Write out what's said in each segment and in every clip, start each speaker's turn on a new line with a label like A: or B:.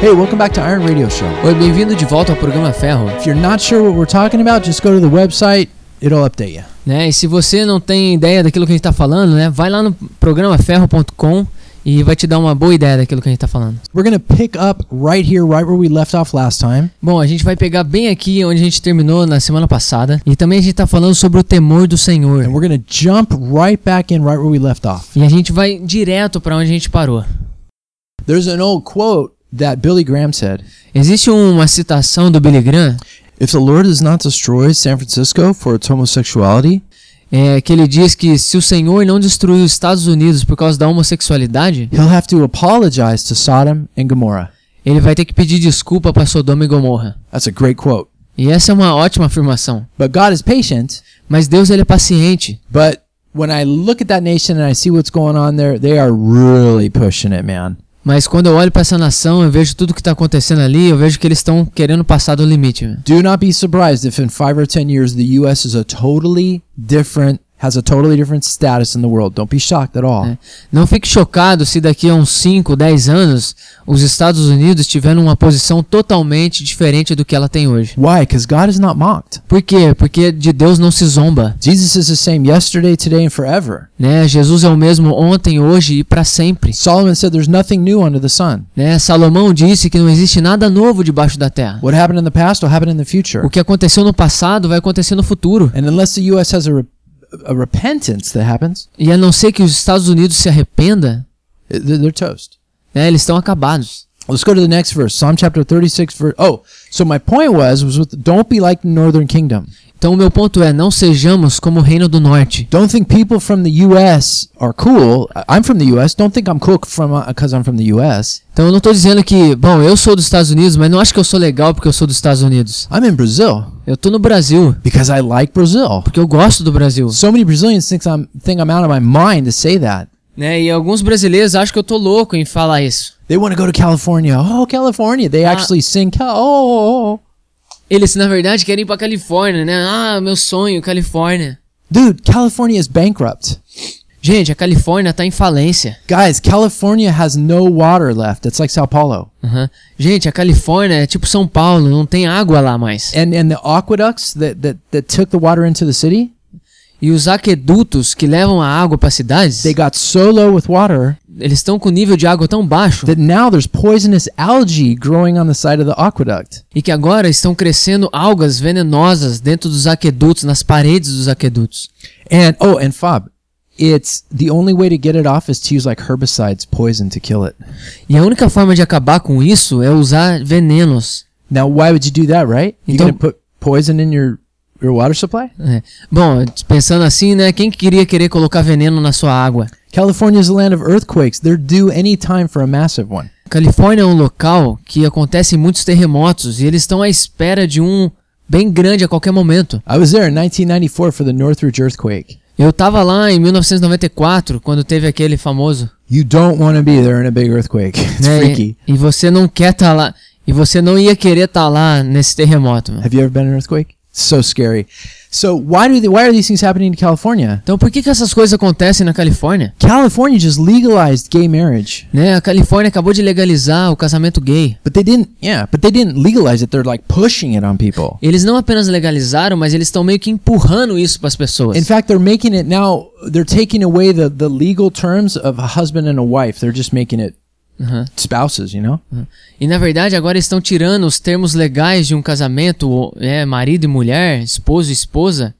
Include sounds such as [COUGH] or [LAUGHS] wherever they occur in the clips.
A: Hey, welcome back to Iron Radio Show.
B: Oi, bem-vindo de volta ao programa Ferro.
A: If you're not sure what we're talking about, just go to the website. It'll update you.
B: Né? E se você não tem ideia daquilo que a gente está falando, né, vai lá no programaferro.com e vai te dar uma boa ideia daquilo que a gente está falando.
A: We're going to pick up right here, right where we left off last time.
B: Bom, a gente vai pegar bem aqui onde a gente terminou na semana passada e também a gente está falando sobre o temor do
A: And
B: Senhor.
A: we're going to jump right back in right where we left off.
B: E a gente vai direto para onde a gente parou.
A: There's an old quote that Billy Graham said
B: Existe uma citação do Billy Graham
A: If the Lord does not destroy San Francisco for its homosexuality,
B: é, que ele diz que se o Senhor não destruir os Estados Unidos por causa da homossexualidade,
A: he'll have to apologize to Sodom and Gomorrah.
B: ele vai ter que pedir desculpa para Sodoma e Gomorra.
A: That's a great quote.
B: E essa é uma ótima afirmação.
A: But God is patient.
B: Mas Deus ele é paciente.
A: But when I look at that nation and I see what's going on there, they are really pushing it, man.
B: Mas quando eu olho para essa nação, eu vejo tudo que tá acontecendo ali, eu vejo que eles estão querendo passar do limite. né? meu.
A: Do not be surprised if in five or ten years the U.S. is a totally different has a totally different status in the world. Don't be shocked at all.
B: É. Não fique chocado se daqui a uns 5, 10 anos os Estados Unidos tiverem uma posição totalmente diferente do que ela tem hoje.
A: Why? Because God is not mocked.
B: Por quê? Porque de Deus não se zomba.
A: Jesus is the same yesterday, today, and forever.
B: Né? Jesus é o mesmo ontem, hoje e para sempre.
A: Solomon said, "There's nothing new under the sun.
B: Né? Salomão disse que não existe nada novo debaixo da terra.
A: What happened in the past will happen in the future."
B: O que aconteceu no passado vai acontecer no futuro.
A: And unless the U.S. has a, re- a repentance that happens,
B: E a não ser que os Estados Unidos se arrependa,
A: it- they're they're toast.
B: né, eles estão acabados.
A: Let's go to the next verse, Psalm chapter 36, verse. Oh, so my point was was with don't be like the northern kingdom.
B: Então o meu ponto é, não sejamos como o reino do norte.
A: Don't think people from the U.S. are cool. I- I'm from the U.S. Don't think I'm cool from because I'm from the U.S.
B: Então eu não tô dizendo que, bom, eu sou dos Estados Unidos, mas não acho que eu sou legal porque eu sou dos Estados Unidos.
A: I'm in Brazil
B: Eu tô no Brasil,
A: because I like Brazil.
B: porque eu gosto do Brasil.
A: So many Brazilians think I'm think I'm out of my mind to say that.
B: Né? E alguns brasileiros acham que eu tô louco em falar isso.
A: They want to go to California. Oh, California! They actually sing. Cal- oh, oh, oh,
B: Eles, na verdade, querem ir pra Califórnia, né? Ah, meu sonho, Califórnia.
A: dude, California is bankrupt.
B: Gente, a Califórnia tá em falência.
A: Guys, California has no water left. It's like Sao Paulo,
B: Aham. Gente, a Califórnia é tipo São Paulo, não tem água lá mais.
A: and and the aqueducts that that that took the water into the city,
B: E os aquedutos que levam a água para cidades,
A: they got so low with water
B: eles estão com nível de água tão baixo
A: that now there's poisonous algae growing on the side of the aqueduct.
B: e que agora estão crescendo algas venenosas dentro dos aquedutos, nas paredes dos aquedutos.
A: And oh, and Fob, it's the only way to get it off is to use like herbicides, poison to kill it.
B: E a única forma de acabar com isso é usar venenos.
A: Now, why would you do that, right? You're
B: You
A: gonna
B: don't-
A: put poison in your your water supply?
B: É. Bom, pensando assim, né? Quem que queria querer colocar veneno na sua água?
A: California is a land of earthquakes. They're due any time for a massive one.
B: Califórnia é um local que acontecem muitos terremotos e eles estão à espera de um bem grande a qualquer momento.
A: I was there in 1994 for the Northridge earthquake.
B: Eu tava lá em 1994 quando teve aquele famoso
A: You don't want to be there in a big earthquake. [LAUGHS] It's
B: né?
A: freaky.
B: E, e você não quer estar lá. E você não ia querer estar lá nesse terremoto. meu.
A: Have you ever been in an earthquake? It's so scary. So why do they, why are these things happening to California?
B: Então por que, que essas coisas acontecem na Califórnia?
A: California just legalized gay marriage.
B: Né? A Califórnia acabou de legalizar o casamento gay.
A: But they didn't, yeah, but they didn't legalize it. They're like pushing it on people.
B: Eles não apenas legalizaram, mas eles estão meio que empurrando isso para as pessoas.
A: In fact, they're making it now, they're taking away the, the legal terms of a husband and a wife. They're just making it
B: Uhum.
A: Mm-hmm. spouses, you know?
B: E na verdade agora estão tirando os termos legais de um casamento, ou, é, marido e mulher, esposo e esposa.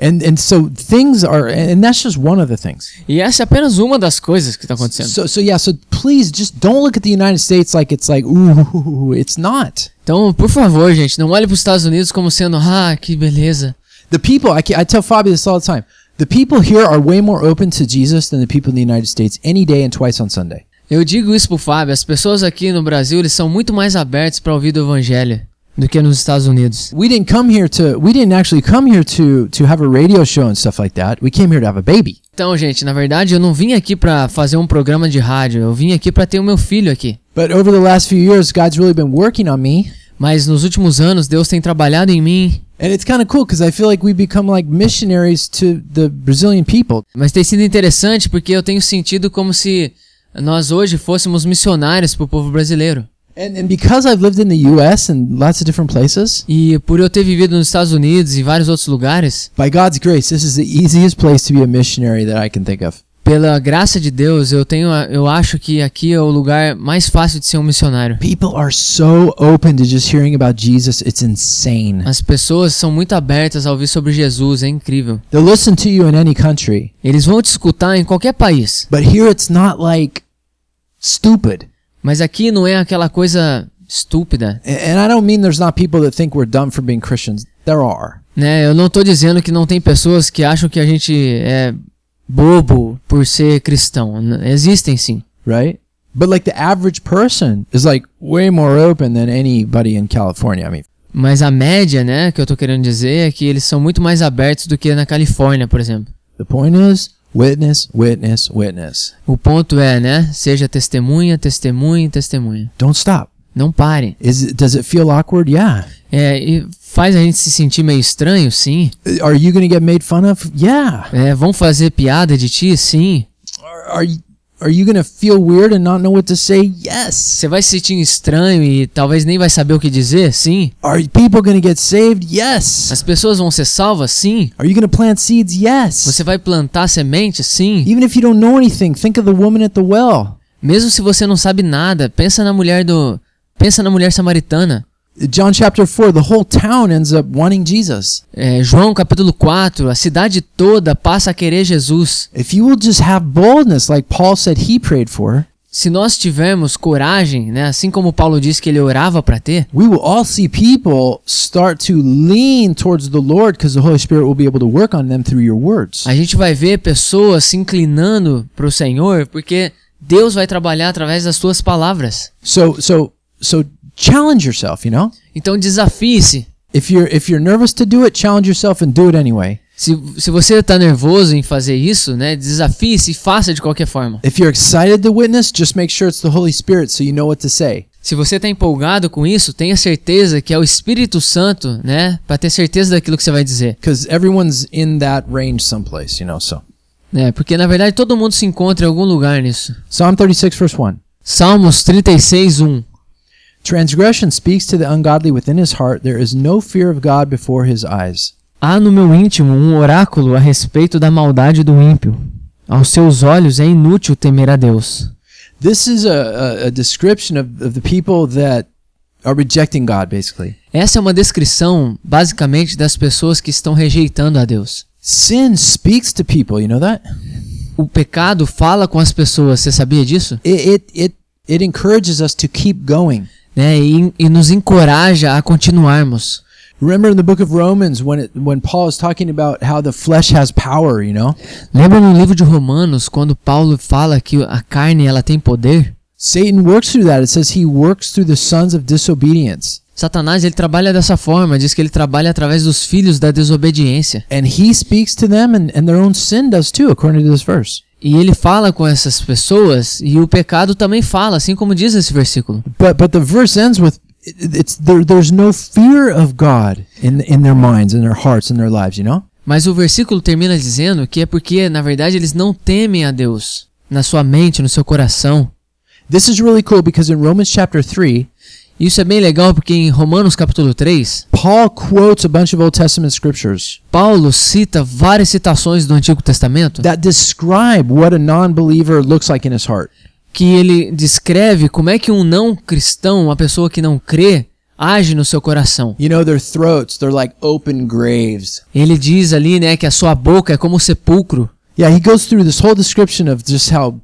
A: And, and so things are, and that's just one of the things.
B: E essa é apenas uma das coisas que está acontecendo.
A: So, so yeah, so please just don't look at the United States like it's like, ooh, it's not.
B: Então, por favor, gente, não olhe para os Estados Unidos como sendo, ah, que beleza.
A: The people, I, ca- I tell Fabi this all the time. The people here are way more open to Jesus than the people in the United States any day and twice on Sunday.
B: Eu digo isso pro Fábio, as pessoas aqui no Brasil, eles são muito mais abertos para ouvir do evangelho do que nos Estados Unidos.
A: we didn't come here to we didn't actually come here to to have a radio show and stuff like that we came here to have a baby
B: Então, gente, na verdade, eu não vim aqui pra fazer um programa de rádio, eu vim aqui pra ter o meu filho aqui.
A: but over the last few years god's really been working on me
B: Mas nos últimos anos, Deus tem trabalhado em mim,
A: and it's kind of cool because i feel like we become like missionaries to the brazilian people
B: mas tem sido interessante porque eu tenho sentido como se nós hoje fôssemos missionários pro povo brasileiro.
A: And, and because I've lived in the U.S. and lots of different places,
B: E por eu ter vivido nos Estados Unidos e vários outros lugares,
A: by God's grace, this is the easiest place to be a missionary that I can think of.
B: pela graça de Deus, eu tenho, a- eu acho que aqui é o lugar mais fácil de ser um missionário.
A: People are so open to just hearing about Jesus, it's insane.
B: As pessoas são muito abertas a ouvir sobre Jesus, é incrível.
A: They'll listen to you in any country,
B: Eles vão te escutar em qualquer país,
A: but here it's not like stupid.
B: mas aqui não é aquela coisa estúpida,
A: A- And I don't mean there's not people that think we're dumb for being Christians. There are.
B: né? Eu não tô dizendo que não tem pessoas que acham que a gente é bobo por ser cristão. N- Existem sim.
A: right? But like the average person is like way more open than anybody in California. I mean,
B: Mas a média, né, que eu tô querendo dizer é que eles são muito mais abertos do que na Califórnia, por exemplo.
A: the point is witness, witness, witness.
B: O ponto é, né, seja testemunha, testemunha, testemunha.
A: Don't stop.
B: Não pare.
A: Is it, does it feel awkward? Yeah.
B: É, e faz a gente se sentir meio estranho, sim.
A: Are you going to get made fun of? Yeah.
B: É, vão fazer piada de ti, sim.
A: Are, are you are you going to feel weird and not know what to say? Yes.
B: Você vai se sentir estranho e talvez nem vai saber o que dizer, sim.
A: Are people going to get saved? Yes.
B: As pessoas vão ser salvas, sim.
A: Are you going to plant seeds? Yes.
B: Você vai plantar semente, sim.
A: Even if you don't know anything, think of the woman at the well.
B: Mesmo se você não sabe nada, pensa na mulher do, pensa na mulher samaritana.
A: John chapter 4, the whole town ends up wanting Jesus.
B: É, João capítulo 4, a cidade toda passa a querer Jesus.
A: If you will just have boldness, like Paul said he prayed for,
B: Se nós tivermos coragem, né, assim como Paulo disse que ele orava para ter,
A: we will all see people start to lean towards the Lord because the Holy Spirit will be able to work on them through your words.
B: a gente vai ver pessoas se inclinando para o Senhor, porque Deus vai trabalhar através das suas palavras.
A: So so so challenge yourself, you know?
B: Então desafie-se.
A: If you're if you're nervous to do it, challenge yourself and do it anyway.
B: Se, se você está nervoso em fazer isso, né, desafie-se e faça de qualquer forma.
A: If you're excited to witness, just make sure it's the Holy Spirit so you know what to say.
B: Se você está empolgado com isso, tenha certeza que é o Espírito Santo, né, para ter certeza daquilo que você vai dizer.
A: Cuz everyone's in that range someplace, you know, so.
B: É, porque na verdade todo mundo se encontra em algum lugar nisso.
A: Psalm 36 verse 1.
B: Salmos 36, 1.
A: Transgression speaks to the ungodly within his heart. There is no fear of God before his eyes.
B: Há no meu íntimo um oráculo a respeito da maldade do ímpio. Aos seus olhos é inútil temer a Deus.
A: This is a, a, a description of, of the people that are rejecting God, basically.
B: Essa é uma descrição, basicamente, das pessoas que estão rejeitando a Deus.
A: Sin speaks to people, you know that?
B: O pecado fala com as pessoas, você sabia disso?
A: It, it, it, it encourages us to keep going.
B: Né? E, e nos encoraja a continuarmos.
A: Remember in the book of Romans when, it, when Paul is talking about how the flesh has power, you know?
B: Lembra no livro de Romanos, quando Paulo fala que a carne ela tem poder?
A: Satan works through that. It says he works through the sons of disobedience.
B: Satanás ele trabalha dessa forma, diz que ele trabalha através dos filhos da desobediência.
A: And he speaks to them, and, and their own sin does too, according to this verse.
B: E ele fala com essas pessoas e o pecado também fala, assim como diz esse versículo.
A: But but the verse ends with it- it's there, there's no fear of God in in their minds, in their hearts, in their lives, you know?
B: Mas o versículo termina dizendo que é porque, na verdade, eles não temem a Deus na sua mente, no seu coração.
A: This is really cool because in Romans chapter 3,
B: Isso é bem legal porque em Romanos capítulo 3,
A: Paul quotes a bunch of Old Testament scriptures
B: Paulo cita várias citações do Antigo Testamento
A: that describe what a non-believer looks like in his heart.
B: que ele descreve como é que um não cristão, uma pessoa que não crê, age no seu coração.
A: You know, their throats, they're like open graves.
B: Ele diz ali, né, que a sua boca é como o sepulcro.
A: Yeah, he goes through this whole description of just how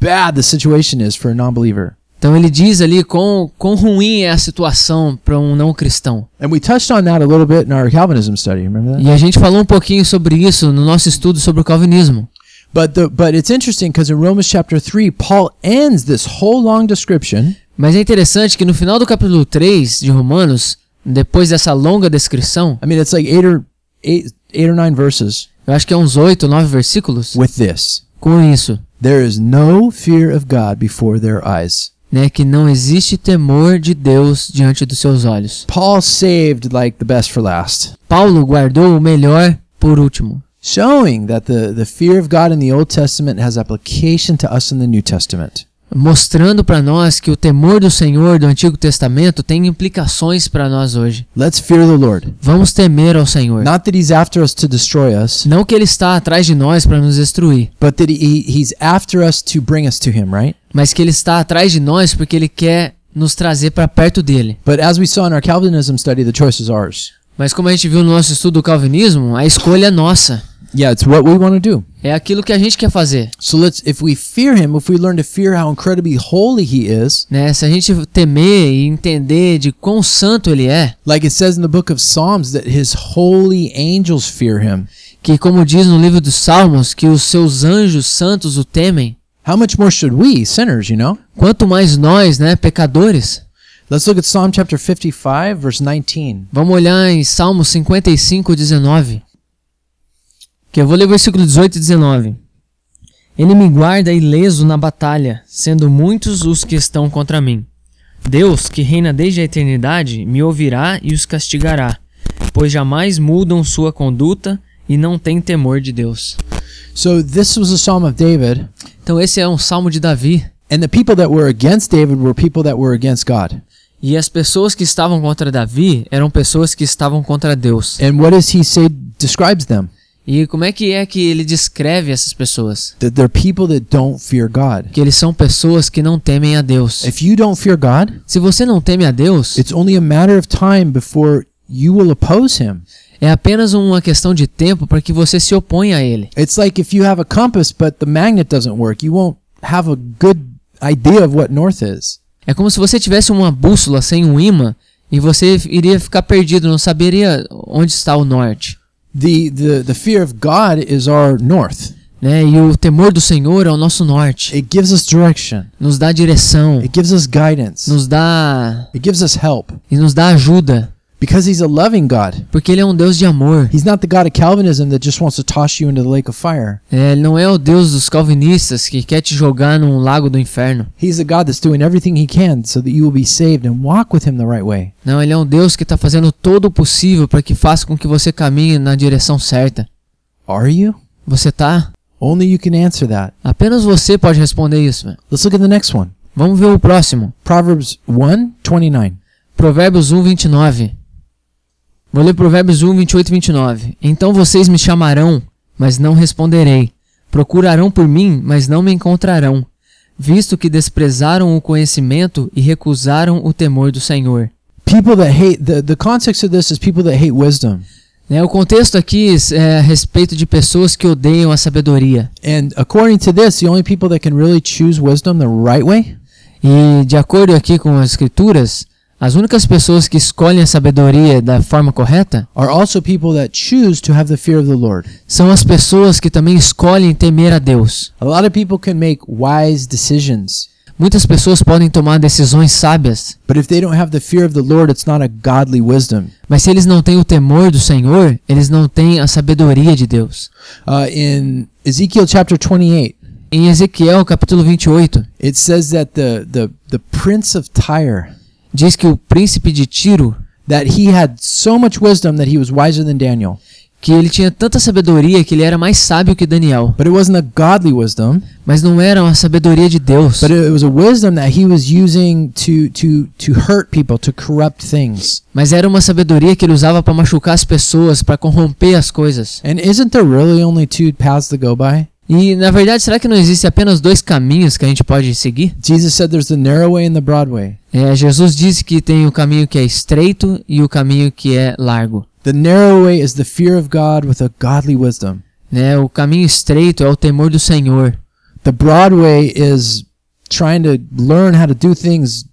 A: bad the situation is for a non-believer.
B: Então ele diz ali quão, quão ruim é a situação para um não cristão.
A: And we touched on that a little bit in our Calvinism study, remember that?
B: E a gente falou um pouquinho sobre isso no nosso estudo sobre o calvinismo.
A: But the but it's interesting because in Romans chapter three, Paul ends this whole long description
B: Mas é interessante que no final do capítulo 3 de Romanos, depois dessa longa descrição,
A: I mean, it's like eight or eight, eight or nine verses
B: eu acho que é uns 8 ou 9 versículos,
A: with this.
B: com isso,
A: There is no fear of God before their eyes.
B: né, que não existe temor de Deus diante dos seus olhos.
A: Paul saved like the best for last,
B: Paulo guardou o melhor por último,
A: showing that the, the fear of God in the Old Testament has application to us in the New Testament.
B: mostrando para nós que o temor do Senhor do Antigo Testamento tem implicações para nós hoje.
A: Let's fear the Lord.
B: Vamos temer ao Senhor.
A: Not that he's after us to destroy us,
B: Não que ele está atrás de nós para nos destruir,
A: but that he, he's after us to bring us to him, right?
B: mas que ele está atrás de nós porque ele quer nos trazer para perto dele.
A: But as we saw in our Calvinism study, the choice is ours.
B: Mas como a gente viu no nosso estudo do calvinismo, a escolha é nossa.
A: Yeah, it's what we want to do.
B: É aquilo que a gente quer fazer.
A: So let's, if we fear him, if we learn to fear how incredibly holy he is,
B: Né? Se a gente temer e entender de quão santo ele é,
A: like it says in the book of Psalms that his holy angels fear him,
B: que como diz no livro dos Salmos, que os seus anjos santos o temem,
A: how much more should we, sinners, you know?
B: quanto mais nós, né, pecadores.
A: Let's look at Psalm chapter 55, verse 19.
B: Vamos olhar em Salmo 55, 19. Que eu vou ler o versículo 18 e 19. Ele me guarda ileso na batalha, sendo muitos os que estão contra mim. Deus, que reina desde a eternidade, me ouvirá e os castigará, pois jamais mudam sua conduta e não têm temor de Deus.
A: So this was a psalm of David,
B: Então esse é um salmo de Davi,
A: and the people that were against David were people that were against God.
B: e as pessoas que estavam contra Davi eram pessoas que estavam contra Deus.
A: And what does he say describes them?
B: E como é que é que ele descreve essas pessoas?
A: That they're people that don't fear God.
B: que eles são pessoas que não temem a Deus.
A: If you don't fear God,
B: Se você não teme a Deus,
A: it's only a matter of time before you will oppose him.
B: é apenas uma questão de tempo para que você se oponha a Ele.
A: It's like if you have a compass but the magnet doesn't work, you won't have a good idea of what north is.
B: É como se você tivesse uma bússola sem um ímã e você iria ficar perdido, não saberia onde está o norte.
A: The the the fear of God is our north.
B: Né? E o temor do Senhor é o nosso norte,
A: It gives us direction.
B: nos dá direção,
A: It gives us guidance.
B: nos dá
A: It gives us help
B: e nos dá ajuda,
A: because he's a loving God.
B: porque Ele é um Deus de amor.
A: He's not the God of Calvinism that just wants to toss you into the lake of fire.
B: É, ele não é o Deus dos calvinistas que quer te jogar num lago do inferno.
A: He's a God that's doing everything he can so that you will be saved and walk with him the right way.
B: Não, ele é um Deus que está fazendo todo o possível para que faça com que você caminhe na direção certa.
A: Are you?
B: Você tá?
A: Only you can answer that.
B: Apenas você pode responder isso. velho.
A: Let's look at the next one.
B: Vamos ver o próximo.
A: Proverbs 1 29.
B: Provérbios 1, 29. Vou ler Provérbios 1, 28 e 29. Então vocês me chamarão, mas não responderei. Procurarão por mim, mas não me encontrarão. Visto que desprezaram o conhecimento e recusaram o temor do Senhor.
A: People that hate the, the context of this is people that hate wisdom.
B: Né, o contexto aqui é a respeito de pessoas que odeiam a sabedoria.
A: And according to this, the only people that can really choose wisdom the right way
B: E de acordo aqui com as escrituras, as únicas pessoas que escolhem a sabedoria da forma correta
A: are also people that choose to have the fear of the Lord.
B: são as pessoas que também escolhem temer a Deus.
A: A lot of people can make wise decisions,
B: Muitas pessoas podem tomar decisões sábias,
A: but if they don't have the fear of the Lord, it's not a godly wisdom.
B: mas se eles não têm o temor do Senhor, eles não têm a sabedoria de Deus.
A: Uh, in Ezekiel chapter 28,
B: Em Ezequiel capítulo 28,
A: it says that the, the, the prince of Tyre,
B: diz que o príncipe de Tiro,
A: that he had so much wisdom that he was wiser than Daniel,
B: que ele tinha tanta sabedoria que ele era mais sábio que Daniel,
A: but it wasn't a godly wisdom,
B: mas não era uma sabedoria de Deus.
A: but it was a wisdom that he was using to, to, to hurt people, to corrupt things.
B: Mas era uma sabedoria que ele usava para machucar as pessoas, para corromper as coisas.
A: And isn't there really only two paths to go by?
B: E na verdade, será que não existe apenas dois caminhos que a gente pode seguir?
A: Jesus said there's the narrow way and the broad way.
B: É, Jesus disse que tem o caminho que é estreito e o caminho que é largo.
A: The narrow way is the fear of God with a godly wisdom.
B: Né? O caminho estreito é o temor do Senhor.
A: The broad way is trying to learn how to do things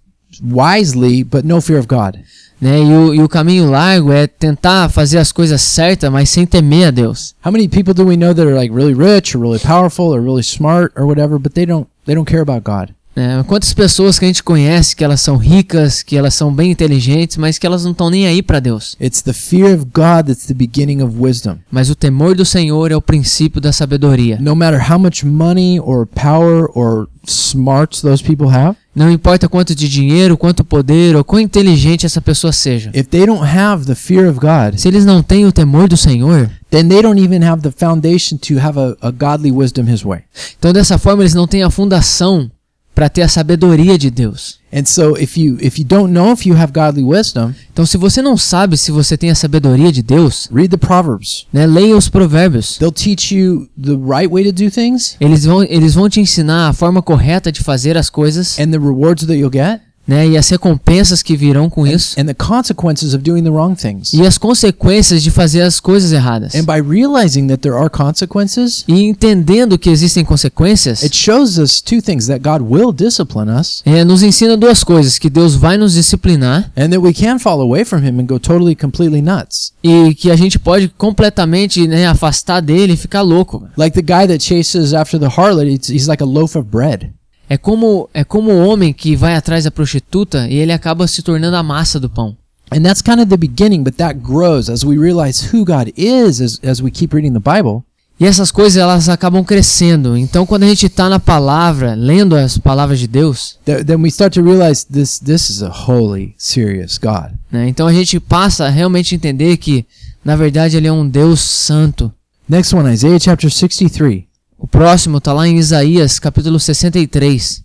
A: wisely, but no fear of God.
B: Né? E, o, e o caminho largo é tentar fazer as coisas certas, mas sem temer a Deus.
A: How many people do we know that are like really rich or really powerful or really smart or whatever, but they don't they don't care about God?
B: Né? Quantas pessoas que a gente conhece que elas são ricas, que elas são bem inteligentes, mas que elas não estão nem aí para Deus?
A: It's the fear of God that's the beginning of wisdom.
B: Mas o temor do Senhor é o princípio da sabedoria.
A: No matter how much money or power or smarts those people have,
B: Não importa quanto de dinheiro, quanto poder ou quão inteligente essa pessoa seja.
A: if they don't have the fear of God,
B: Se eles não têm o temor do Senhor,
A: then they don't even have the foundation to have a, a godly wisdom his way.
B: então dessa forma eles não têm a fundação para ter a sabedoria de Deus.
A: And so if you if you don't know if you have godly wisdom,
B: Então, se você não sabe se você tem a sabedoria de Deus,
A: read the proverbs.
B: né, leia os provérbios.
A: They'll teach you the right way to do things
B: Eles vão, eles vão te ensinar a forma correta de fazer as coisas
A: and the rewards that you'll get
B: né, e as recompensas que virão com isso
A: and the consequences of doing the wrong things.
B: e as consequências de fazer as coisas erradas.
A: And by realizing that there are consequences,
B: E entendendo que existem consequências,
A: it shows us two things that God will discipline us
B: é, nos ensina duas coisas: que Deus vai nos disciplinar
A: and that we can fall away from him and go totally completely nuts.
B: e que a gente pode completamente né, afastar dele e ficar louco.
A: Like the guy that chases after the harlot, he's, he's like a loaf of bread.
B: É como é como o homem que vai atrás da prostituta e ele acaba se tornando a massa do pão.
A: And that's kind of the beginning, but that grows as we realize who God is as, as we keep reading the Bible.
B: E essas coisas elas acabam crescendo. Então quando a gente está na palavra, lendo as palavras de Deus,
A: Th- then we start to realize this this is a holy, serious God.
B: né, então a gente passa a realmente entender que na verdade ele é um Deus santo.
A: Next one, Isaiah chapter 63.
B: O próximo está lá em Isaías capítulo 63.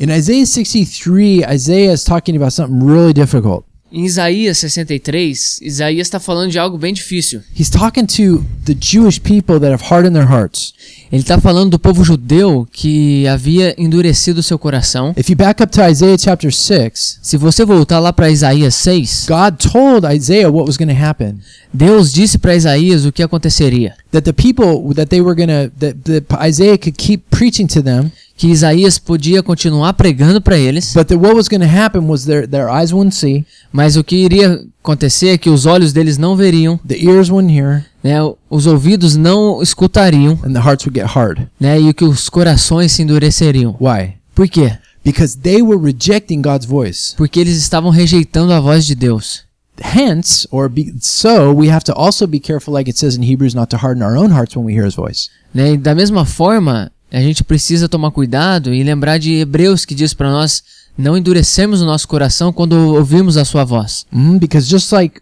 A: In Isaiah 63, Isaiah is talking about something really difficult.
B: Em Isaías 63, Isaías está falando de algo bem difícil.
A: He's talking to the Jewish people that have hardened their hearts.
B: Ele está falando do povo judeu que havia endurecido seu coração.
A: If you back up to Isaiah chapter 6,
B: Se você voltar lá para Isaías 6,
A: God told Isaiah what was going to happen.
B: Deus disse para Isaías o que aconteceria:
A: That the people that they were going to, that, that Isaiah could keep preaching to them,
B: que Isaías podia continuar pregando para eles,
A: but that what was going to happen was their, their eyes wouldn't see,
B: mas o que iria acontecer é que os olhos deles não veriam,
A: the ears wouldn't hear,
B: né, os ouvidos não escutariam,
A: and the hearts would get hard.
B: né, e que os corações se endureceriam.
A: Why?
B: Por quê?
A: Because they were rejecting God's voice.
B: Porque eles estavam rejeitando a voz de Deus.
A: hence or be, so we have to also be careful like it says in hebrews not to harden our own hearts when we hear his voice
B: Né? E da mesma forma, a gente precisa tomar cuidado e lembrar de Hebreus que diz para nós não endurecermos o nosso coração quando ouvirmos a sua voz.
A: mm, because just like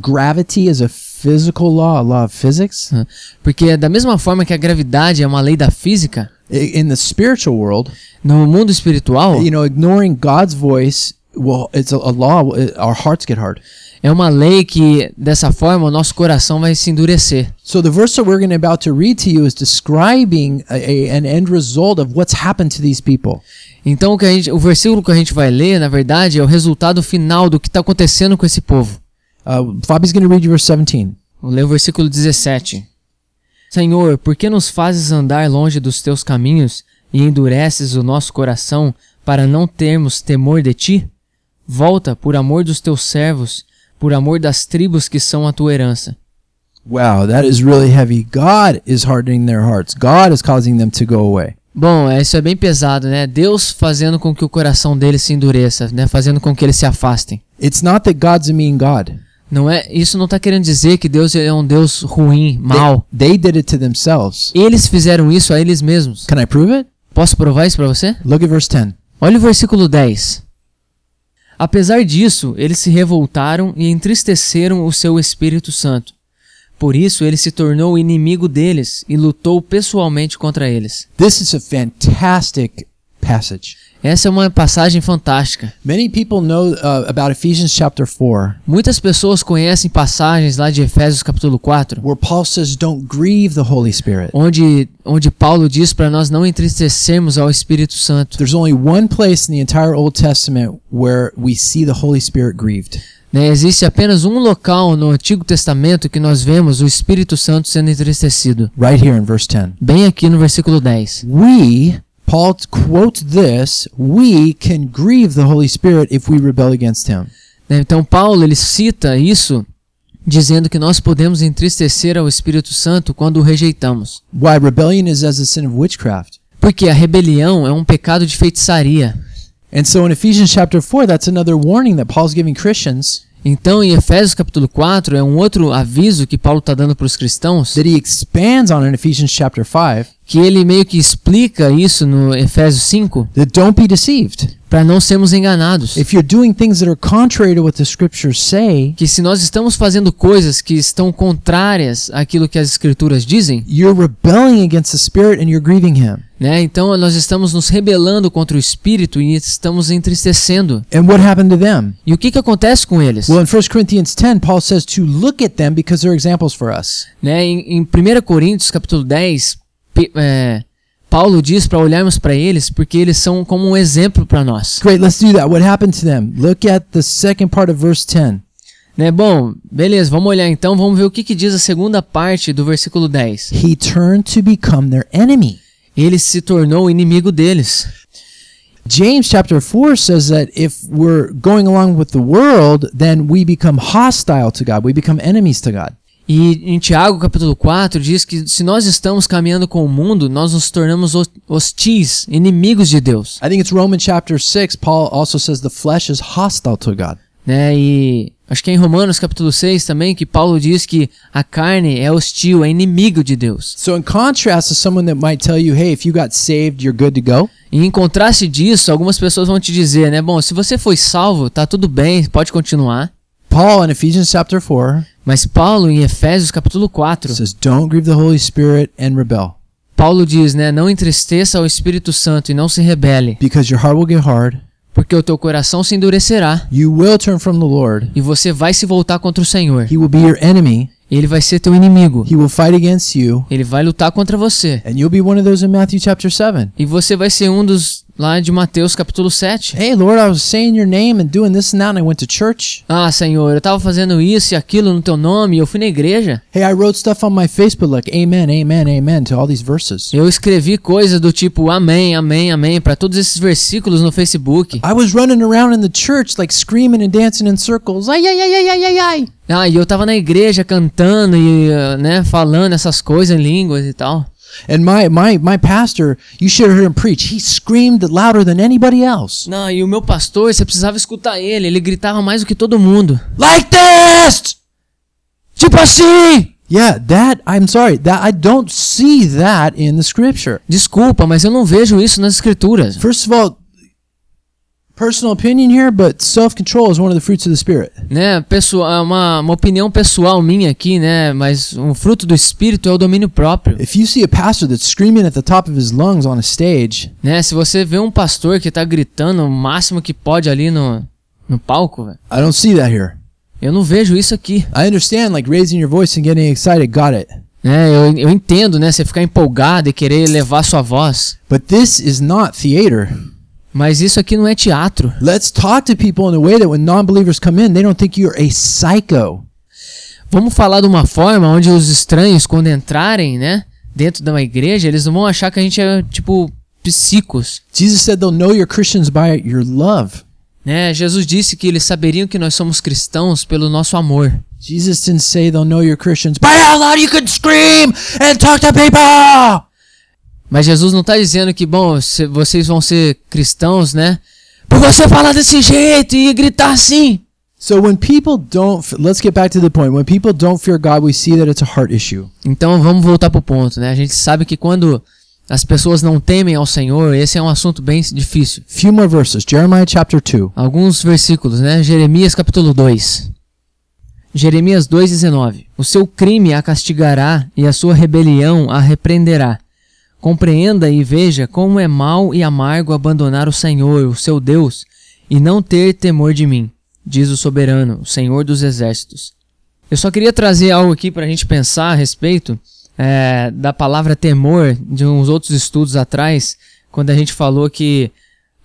A: gravity is a physical law a law of physics
B: né? Porque da mesma forma que a gravidade é uma lei da física,
A: i- in the spiritual world
B: no mundo espiritual
A: you know ignoring god's voice well it's a, a law uh, our hearts get hard
B: é uma lei que dessa forma o nosso coração vai se endurecer.
A: so the verse that we're going to about to read to you is describing a, a, an end result of what's happened to these people
B: Então o que a gente, o versículo que a gente vai ler, na verdade, é o resultado final do que está acontecendo com esse povo.
A: uh, fabi's going to read you verse 17
B: Vou ler o versículo 17. Senhor, por que nos fazes andar longe dos teus caminhos e endureces o nosso coração para não termos temor de ti? Volta, por amor dos teus servos, por amor das tribos que são a tua herança.
A: wow that is really heavy god is hardening their hearts god is causing them to go away
B: Bom, é, isso é bem pesado, né? Deus fazendo com que o coração deles se endureça, né? Fazendo com que eles se afastem.
A: It's not that God's a mean God.
B: Não é, isso não está querendo dizer que Deus é um Deus ruim,
A: They,
B: mau.
A: they did it to themselves.
B: Eles fizeram isso a eles mesmos.
A: Can I prove it?
B: Posso provar isso para você?
A: Look at verse 10.
B: Olha o versículo 10. Apesar disso, eles se revoltaram e entristeceram o seu Espírito Santo. Por isso, ele se tornou inimigo deles e lutou pessoalmente contra eles.
A: This is a fantastic passage.
B: Essa é uma passagem fantástica.
A: Many people know uh, about Ephesians chapter 4,
B: Muitas pessoas conhecem passagens lá de Efésios capítulo 4,
A: where Paul says, Don't grieve the Holy Spirit.
B: onde, onde Paulo diz para nós não entristecermos ao Espírito Santo.
A: There's only one place in the entire Old Testament where we see the Holy Spirit grieved,
B: Né, existe apenas um local no Antigo Testamento que nós vemos o Espírito Santo sendo entristecido,
A: right here in verse 10.
B: bem aqui no versículo 10.
A: We, Paul quotes this, we can grieve the Holy Spirit if we rebel against him.
B: Né, Então Paulo ele cita isso dizendo que nós podemos entristecer ao Espírito Santo quando o rejeitamos.
A: Why rebellion is as a sin of witchcraft.
B: Porque a rebelião é um pecado de feitiçaria.
A: And so in Ephesians chapter 4, that's another warning that Paul's giving Christians
B: Então, em Efésios capítulo 4 é um outro aviso que Paulo está tá dando para os cristãos,
A: that he expands on in Ephesians chapter 5
B: que ele meio que explica isso no Efésios 5,
A: that don't be deceived.
B: para não sermos enganados.
A: If you're doing things that are contrary to what the scriptures say,
B: Que se nós estamos fazendo coisas que estão contrárias àquilo que as escrituras dizem,
A: you're rebelling against the Spirit and you're grieving Him.
B: né? Então nós estamos nos rebelando contra o espírito e estamos entristecendo.
A: And what happened to them?
B: E o que que acontece com eles?
A: Well, in 1 Corinthians 10, Paul says to look at them because they're examples for us.
B: Né? Em, em 1 Coríntios capítulo 10, Pe- é, Paulo diz para olharmos para eles porque eles são como um exemplo para nós.
A: Great, let's do that. What happened to them? Look at the second part of verse 10.
B: Né? Bom, beleza, vamos olhar então, vamos ver o que, que diz a segunda parte do versículo 10.
A: He turned to become their enemy.
B: Ele se tornou o inimigo deles.
A: James chapter 4 says that if we're going along with the world, then we become hostile to God. We become enemies to God.
B: E em Tiago capítulo 4 diz que se nós estamos caminhando com o mundo, nós nos tornamos ho- hostis, inimigos de Deus.
A: I think it's Romans chapter 6. Paul also says the flesh is hostile to God.
B: Né? E acho que é em Romanos capítulo 6 também que Paulo diz que a carne é hostil, é inimigo de Deus.
A: So, in contrast to someone that might tell you, hey, if you got saved, you're good to go,
B: E em contraste disso, algumas pessoas vão te dizer, né? Bom, se você foi salvo, tá tudo bem, pode continuar.
A: Paul in Ephesians chapter 4
B: Mas Paulo em Efésios capítulo 4
A: says, don't grieve the Holy Spirit and rebel
B: Paulo diz, né? Não entristeça o Espírito Santo e não se rebele,
A: because your heart will get hard.
B: porque o teu coração se endurecerá
A: You will turn from the Lord.
B: e você vai se voltar contra o Senhor.
A: He will be your enemy.
B: Ele vai ser teu inimigo.
A: He will fight against you.
B: Ele vai lutar contra você.
A: And you'll be one of those in Matthew chapter 7.
B: E você vai ser um dos lá de Mateus capítulo 7.
A: Hey, Lord, I was saying your name and doing this and that, and I went to church.
B: Ah, Senhor, eu tava fazendo isso e aquilo no teu nome, eu fui na igreja.
A: Hey, I wrote stuff on my Facebook like amen, amen, amen to all these verses.
B: Eu escrevi coisas do tipo amém, amém, amém para todos esses versículos no Facebook.
A: I was running around in the church like screaming and dancing in circles. Ay, ay, ay, ay, ay, ay, ay.
B: Ah, e eu tava na igreja cantando e, ah, né, falando essas coisas em línguas e tal.
A: And my, my, my pastor, you should have heard him preach. He screamed louder than anybody else.
B: Não, e o meu pastor, você precisava escutar ele, ele gritava mais do que todo mundo.
A: Like this!
B: Tipo assim!
A: Yeah, that, I'm sorry, that I don't see that in the scripture.
B: Desculpa, mas eu não vejo isso nas escrituras.
A: First of all, personal opinion here, but self control is one of the fruits of the Spirit.
B: Né, pessoal, uma, uma opinião pessoal minha aqui, né, mas um fruto do espírito é o domínio próprio.
A: If you see a pastor that's screaming at the top of his lungs on a stage,
B: Né, se você vê um pastor que tá gritando o máximo que pode ali no, no palco, velho,
A: I don't see that here.
B: eu não vejo isso aqui.
A: I understand like raising your voice and getting excited, got it.
B: Né, eu, eu entendo, né, você ficar empolgado e querer elevar sua voz,
A: But this is not theater.
B: mas isso aqui não é teatro.
A: Let's talk to people in a way that when non believers come in, they don't think you're a psycho.
B: Vamos falar de uma forma onde os estranhos, quando entrarem, né, dentro de uma igreja, eles não vão achar que a gente é, tipo, psicos,
A: Jesus said they'll know you're Christians by your love.
B: né? Jesus disse que eles saberiam que nós somos cristãos pelo nosso amor.
A: Jesus didn't say they'll know you're Christians by how loud you can scream and talk to people.
B: Mas Jesus não tá dizendo que, bom, se- vocês vão ser cristãos, né? Por você falar desse jeito e gritar assim.
A: So when people don't, f- let's get back to the point. When people don't fear God, we see that it's a heart issue.
B: Então vamos voltar pro ponto, né? A gente sabe que quando as pessoas não temem ao Senhor, esse é um assunto bem difícil.
A: Few more verses. Jeremiah chapter 2.
B: Alguns versículos, né? Jeremias capítulo 2. Jeremias 2,19 O seu crime a castigará e a sua rebelião a repreenderá. Compreenda e veja como é mau e amargo abandonar o Senhor, o seu Deus, e não ter temor de mim, diz o soberano, o Senhor dos exércitos. Eu só queria trazer algo aqui para a gente pensar a respeito é, da palavra temor de uns outros estudos atrás, quando a gente falou que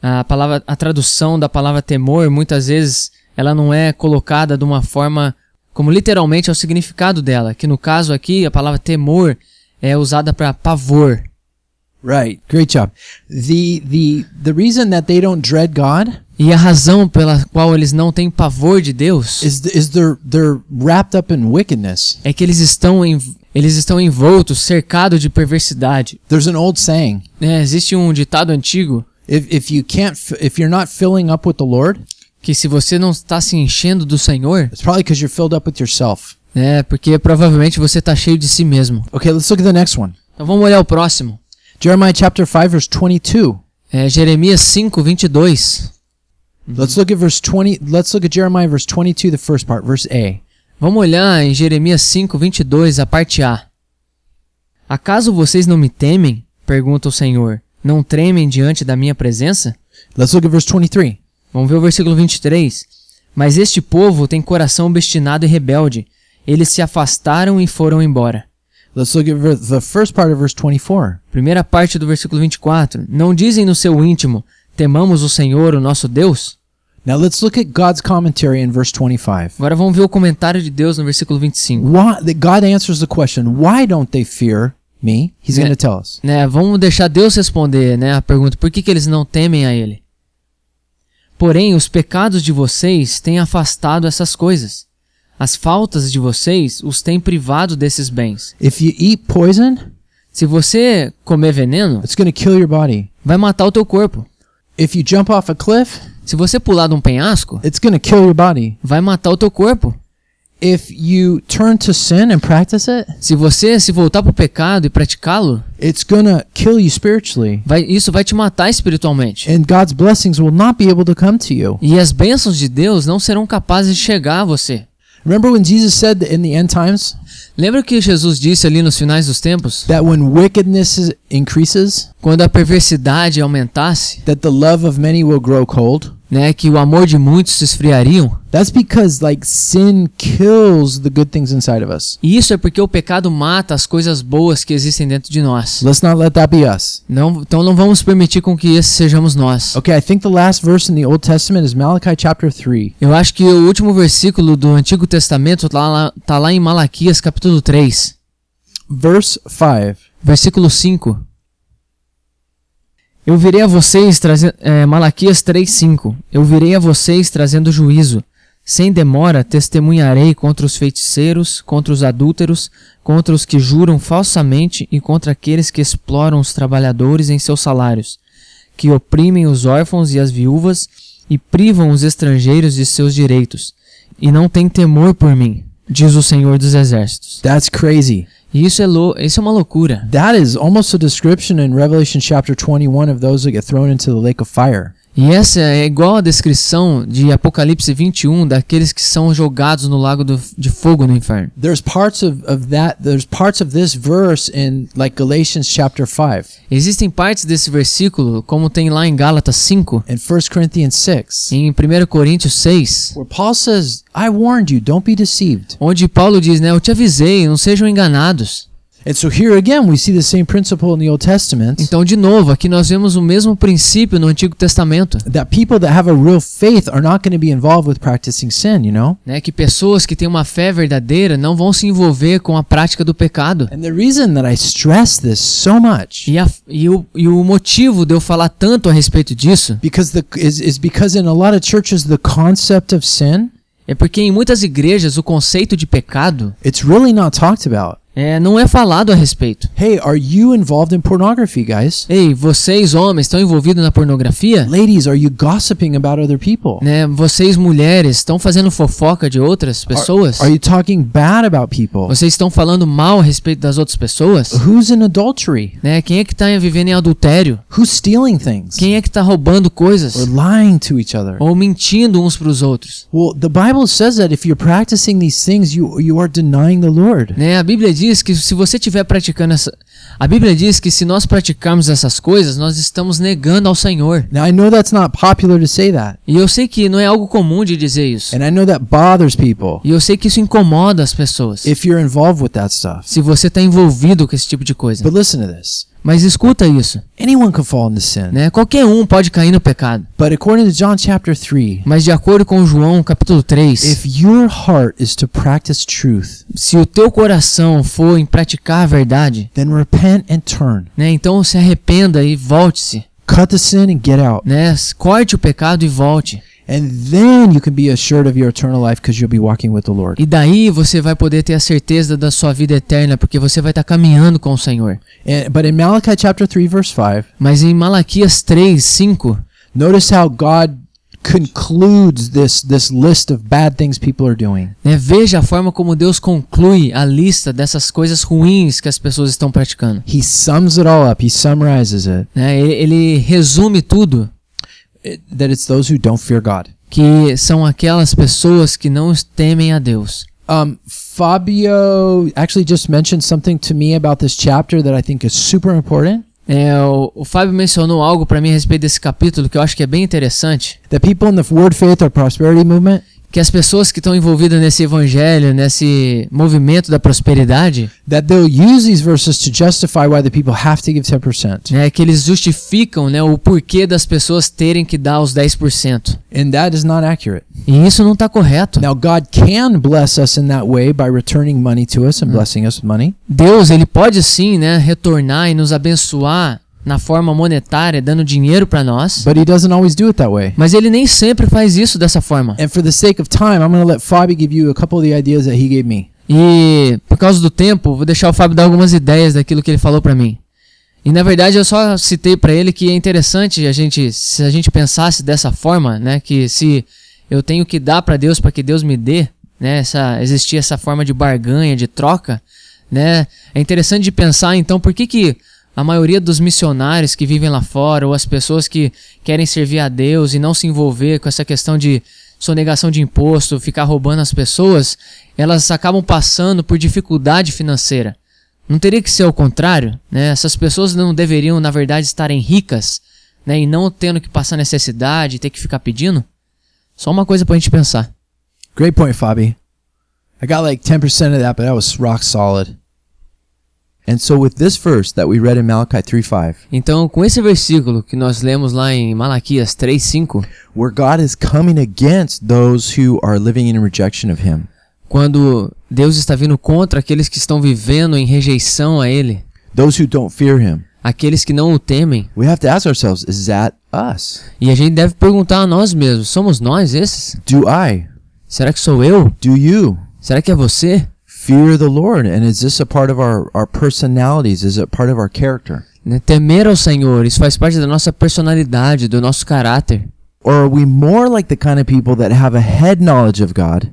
B: a palavra, a tradução da palavra temor, muitas vezes ela não é colocada de uma forma como literalmente é o significado dela, que no caso aqui a palavra temor é usada para pavor.
A: Right. Great job. The the the reason that they don't dread God
B: E a razão pela qual eles não têm pavor de Deus
A: is is they're they're wrapped up in wickedness.
B: é que eles estão em, eles estão envoltos, cercados de perversidade.
A: There's an old saying:
B: né existe um ditado antigo
A: if if you can't f- if you're not filling up with the Lord,
B: que se você não está se enchendo do Senhor,
A: it's probably because you're filled up with yourself.
B: é porque provavelmente você está cheio de si mesmo.
A: Okay, let's look at the next one.
B: Então vamos olhar o próximo.
A: Jeremiah chapter 5, verse 22.
B: É Jeremias 5, 22.
A: Mm-hmm. Let's look at verse 20. Let's look at Jeremiah verse 22, the first part, verse A.
B: Vamos olhar em Jeremias 5, 22, a parte A. Acaso vocês não me temem? Pergunta o Senhor. Não tremem diante da minha presença?
A: Let's look at verse 23.
B: Vamos ver o versículo 23. Mas este povo tem coração obstinado e rebelde. Eles se afastaram e foram embora.
A: Let's look at ver- the first part of verse 24.
B: Primeira parte do versículo 24. Não dizem no seu íntimo: Temamos o Senhor, o nosso Deus?
A: Now let's look at God's commentary in verse 25.
B: Agora vamos ver o comentário de Deus no versículo 25.
A: Why, that God answers the question, why don't they fear me? He's going
B: Yeah.
A: to tell us.
B: né, vamos deixar Deus responder, né, a pergunta, por que, que eles não temem a ele? Porém, os pecados de vocês têm afastado essas coisas. As faltas de vocês os têm privado desses bens.
A: If you eat poison,
B: Se você comer veneno,
A: it's going to kill your body.
B: vai matar o teu corpo.
A: If you jump off a cliff,
B: Se você pular de um penhasco,
A: it's going to kill your body.
B: vai matar o teu corpo.
A: If you turn to sin and practice it,
B: Se você se voltar pro pecado e praticá-lo,
A: it's going to kill you spiritually.
B: vai- isso vai te matar espiritualmente.
A: And God's blessings will not be able to come to you.
B: E as bênçãos de Deus não serão capazes de chegar a você.
A: Remember when Jesus said that in the end times
B: Lembra que Jesus disse ali nos finais dos tempos?
A: that when wickedness is- increases,
B: Quando a perversidade aumentasse,
A: that the love of many will grow cold?
B: né, que o amor de muitos se esfriariam,
A: That's because like sin kills the good things inside of us.
B: e isso é porque o pecado mata as coisas boas que existem dentro de nós.
A: Let's not let that be us.
B: Não, então não vamos permitir com que esses sejamos nós.
A: Okay, I think the last verse in the Old Testament is Malachi chapter 3.
B: Eu acho que o último versículo do Antigo Testamento tá lá, tá lá em Malaquias capítulo 3,
A: Verse 5.
B: versículo 5. Eu virei a vocês trazendo é, Malaquias 3:5. Eu virei a vocês trazendo juízo. Sem demora testemunharei contra os feiticeiros, contra os adúlteros, contra os que juram falsamente e contra aqueles que exploram os trabalhadores em seus salários, que oprimem os órfãos e as viúvas e privam os estrangeiros de seus direitos, e não têm temor por mim, diz o Senhor dos Exércitos.
A: That's crazy.
B: E isso é lou- isso é uma loucura.
A: That is almost a description in Revelation chapter 21 of those that get thrown into the lake of fire.
B: E essa é igual a descrição de Apocalipse 21 daqueles que são jogados no lago do- de fogo no inferno.
A: There's parts of, of that there's parts of this verse in like Galatians chapter 5
B: Existem partes desse versículo, como tem lá em Gálatas 5,
A: and 1 Corinthians 6
B: em 1 Coríntios 6,
A: where Paul says, "I warned you, don't be deceived."
B: onde Paulo diz, né, eu te avisei, não sejam enganados.
A: And so here again we see the same principle in the Old Testament.
B: Então, de novo, aqui nós vemos o mesmo princípio no Antigo Testamento,
A: that people that have a real faith are not going to be involved with practicing sin, you know?
B: né, que pessoas que têm uma fé verdadeira não vão se envolver com a prática do pecado.
A: And the reason that I stress this so much
B: E, a- e o, e o motivo de eu falar tanto a respeito disso
A: because the is, is because in a lot of churches the concept of sin
B: É porque em muitas igrejas o conceito de pecado
A: it's really not talked about.
B: é, não é falado a respeito.
A: Hey, are you involved in pornography, guys?
B: Ei, vocês homens estão envolvidos na pornografia?
A: Ladies, are you gossiping about other people?
B: Né, vocês mulheres estão fazendo fofoca de outras pessoas?
A: Are you talking bad about people?
B: Vocês estão falando mal a respeito das
A: [LAUGHS]
B: outras pessoas?
A: Who's in adultery?
B: Né, quem é que está vivendo em adultério?
A: Who's stealing things?
B: Quem é que está roubando
A: Or
B: coisas?
A: lying to each other?
B: Ou mentindo uns para os outros?
A: Well, the Bible says that if you're practicing these things, you you are denying the Lord.
B: Né, a Bíblia diz que se você estiver praticando essa... A Bíblia diz que se nós praticarmos essas coisas, nós estamos negando ao Senhor.
A: Now, I know that's not popular to say that,
B: E eu sei que não é algo comum de dizer isso.
A: and I know that bothers people
B: E eu sei que isso incomoda as pessoas.
A: if you're involved with that stuff.
B: se você está envolvido com esse tipo de coisa.
A: But listen to this
B: Mas escuta isso,
A: anyone can fall into sin.
B: né? Qualquer um pode cair no pecado.
A: But according to John chapter 3,
B: Mas de acordo com João, capítulo 3,
A: if your heart is to practice truth,
B: se o teu coração for em praticar a verdade,
A: then repent and turn.
B: né? Então se arrependa e volte-se,
A: Cut the sin and get out.
B: né? Corte o pecado e volte.
A: And then you can be assured of your eternal life because you'll be walking with the Lord.
B: E daí você vai poder ter a certeza da sua vida eterna, porque você vai estar caminhando com o Senhor.
A: And, but in Malachi chapter 3, verse 5,
B: Mas em Malaquias 3, 5,
A: notice how God concludes this this list of bad things people are doing.
B: Né? Veja a forma como Deus conclui a lista dessas coisas ruins que as pessoas estão praticando.
A: He sums it all up. He summarizes it
B: né? Ele, ele resume tudo
A: It- that it's those who don't fear God.
B: que são aquelas pessoas que não temem a Deus.
A: Um, Fabio actually just mentioned something to me about this chapter that I think is super important.
B: É, o, o Fábio mencionou algo para mim a respeito desse capítulo que eu acho que é bem interessante,
A: That people in the Word Faith or Prosperity Movement
B: que as pessoas que estão envolvidas nesse evangelho, nesse movimento da prosperidade,
A: that they'll use these verses to justify why the people have to give ten percent,
B: né, que eles justificam né, o porquê das pessoas terem que dar os 10%.
A: and that is not accurate.
B: E isso não está correto.
A: Now God can bless us in that way by returning money to us and blessing us with money.
B: Deus ele pode sim né, retornar e nos abençoar na forma monetária, dando dinheiro para nós,
A: But he doesn't always do it that way.
B: mas ele nem sempre faz isso dessa forma.
A: And for the sake of time, I'm going to let Fabi give you a couple of the ideas that he gave me.
B: E por causa do tempo, vou deixar o Fábio dar algumas ideias daquilo que ele falou pra mim. E na verdade eu só citei pra ele que é interessante a gente, se a gente pensasse dessa forma, né, que se eu tenho que dar pra Deus pra que Deus me dê, né, essa existir essa forma de barganha, de troca, né? É interessante de pensar então por que que a maioria dos missionários que vivem lá fora ou as pessoas que querem servir a Deus e não se envolver com essa questão de sonegação de imposto, ficar roubando as pessoas, elas acabam passando por dificuldade financeira. Não teria que ser o contrário, né? Essas pessoas não deveriam, na verdade, estarem ricas, né? E não tendo que passar necessidade, ter que ficar pedindo. Só uma coisa pra gente pensar.
A: Great point, Fabi. I got like 10% of that, but that was rock solid. And so with this verse that we read in Malachi 3:5,
B: Então, com esse versículo que nós lemos lá em Malaquias 3:5,
A: where God is coming against those who are living in rejection of him,
B: quando Deus está vindo contra aqueles que estão vivendo em rejeição a ele,
A: those who don't fear him.
B: aqueles que não o temem,
A: We have to ask ourselves, is that us?
B: e a gente deve perguntar a nós mesmos: somos nós esses?
A: Do I?
B: Será que sou eu?
A: Do you?
B: Será que é você?
A: Fear the Lord, and is this a part of our, our personalities? Is it part of our character?
B: Né? Temer ao Senhor, isso faz parte da nossa personalidade, do nosso caráter.
A: Or are we more like the kind of people that have a head knowledge of God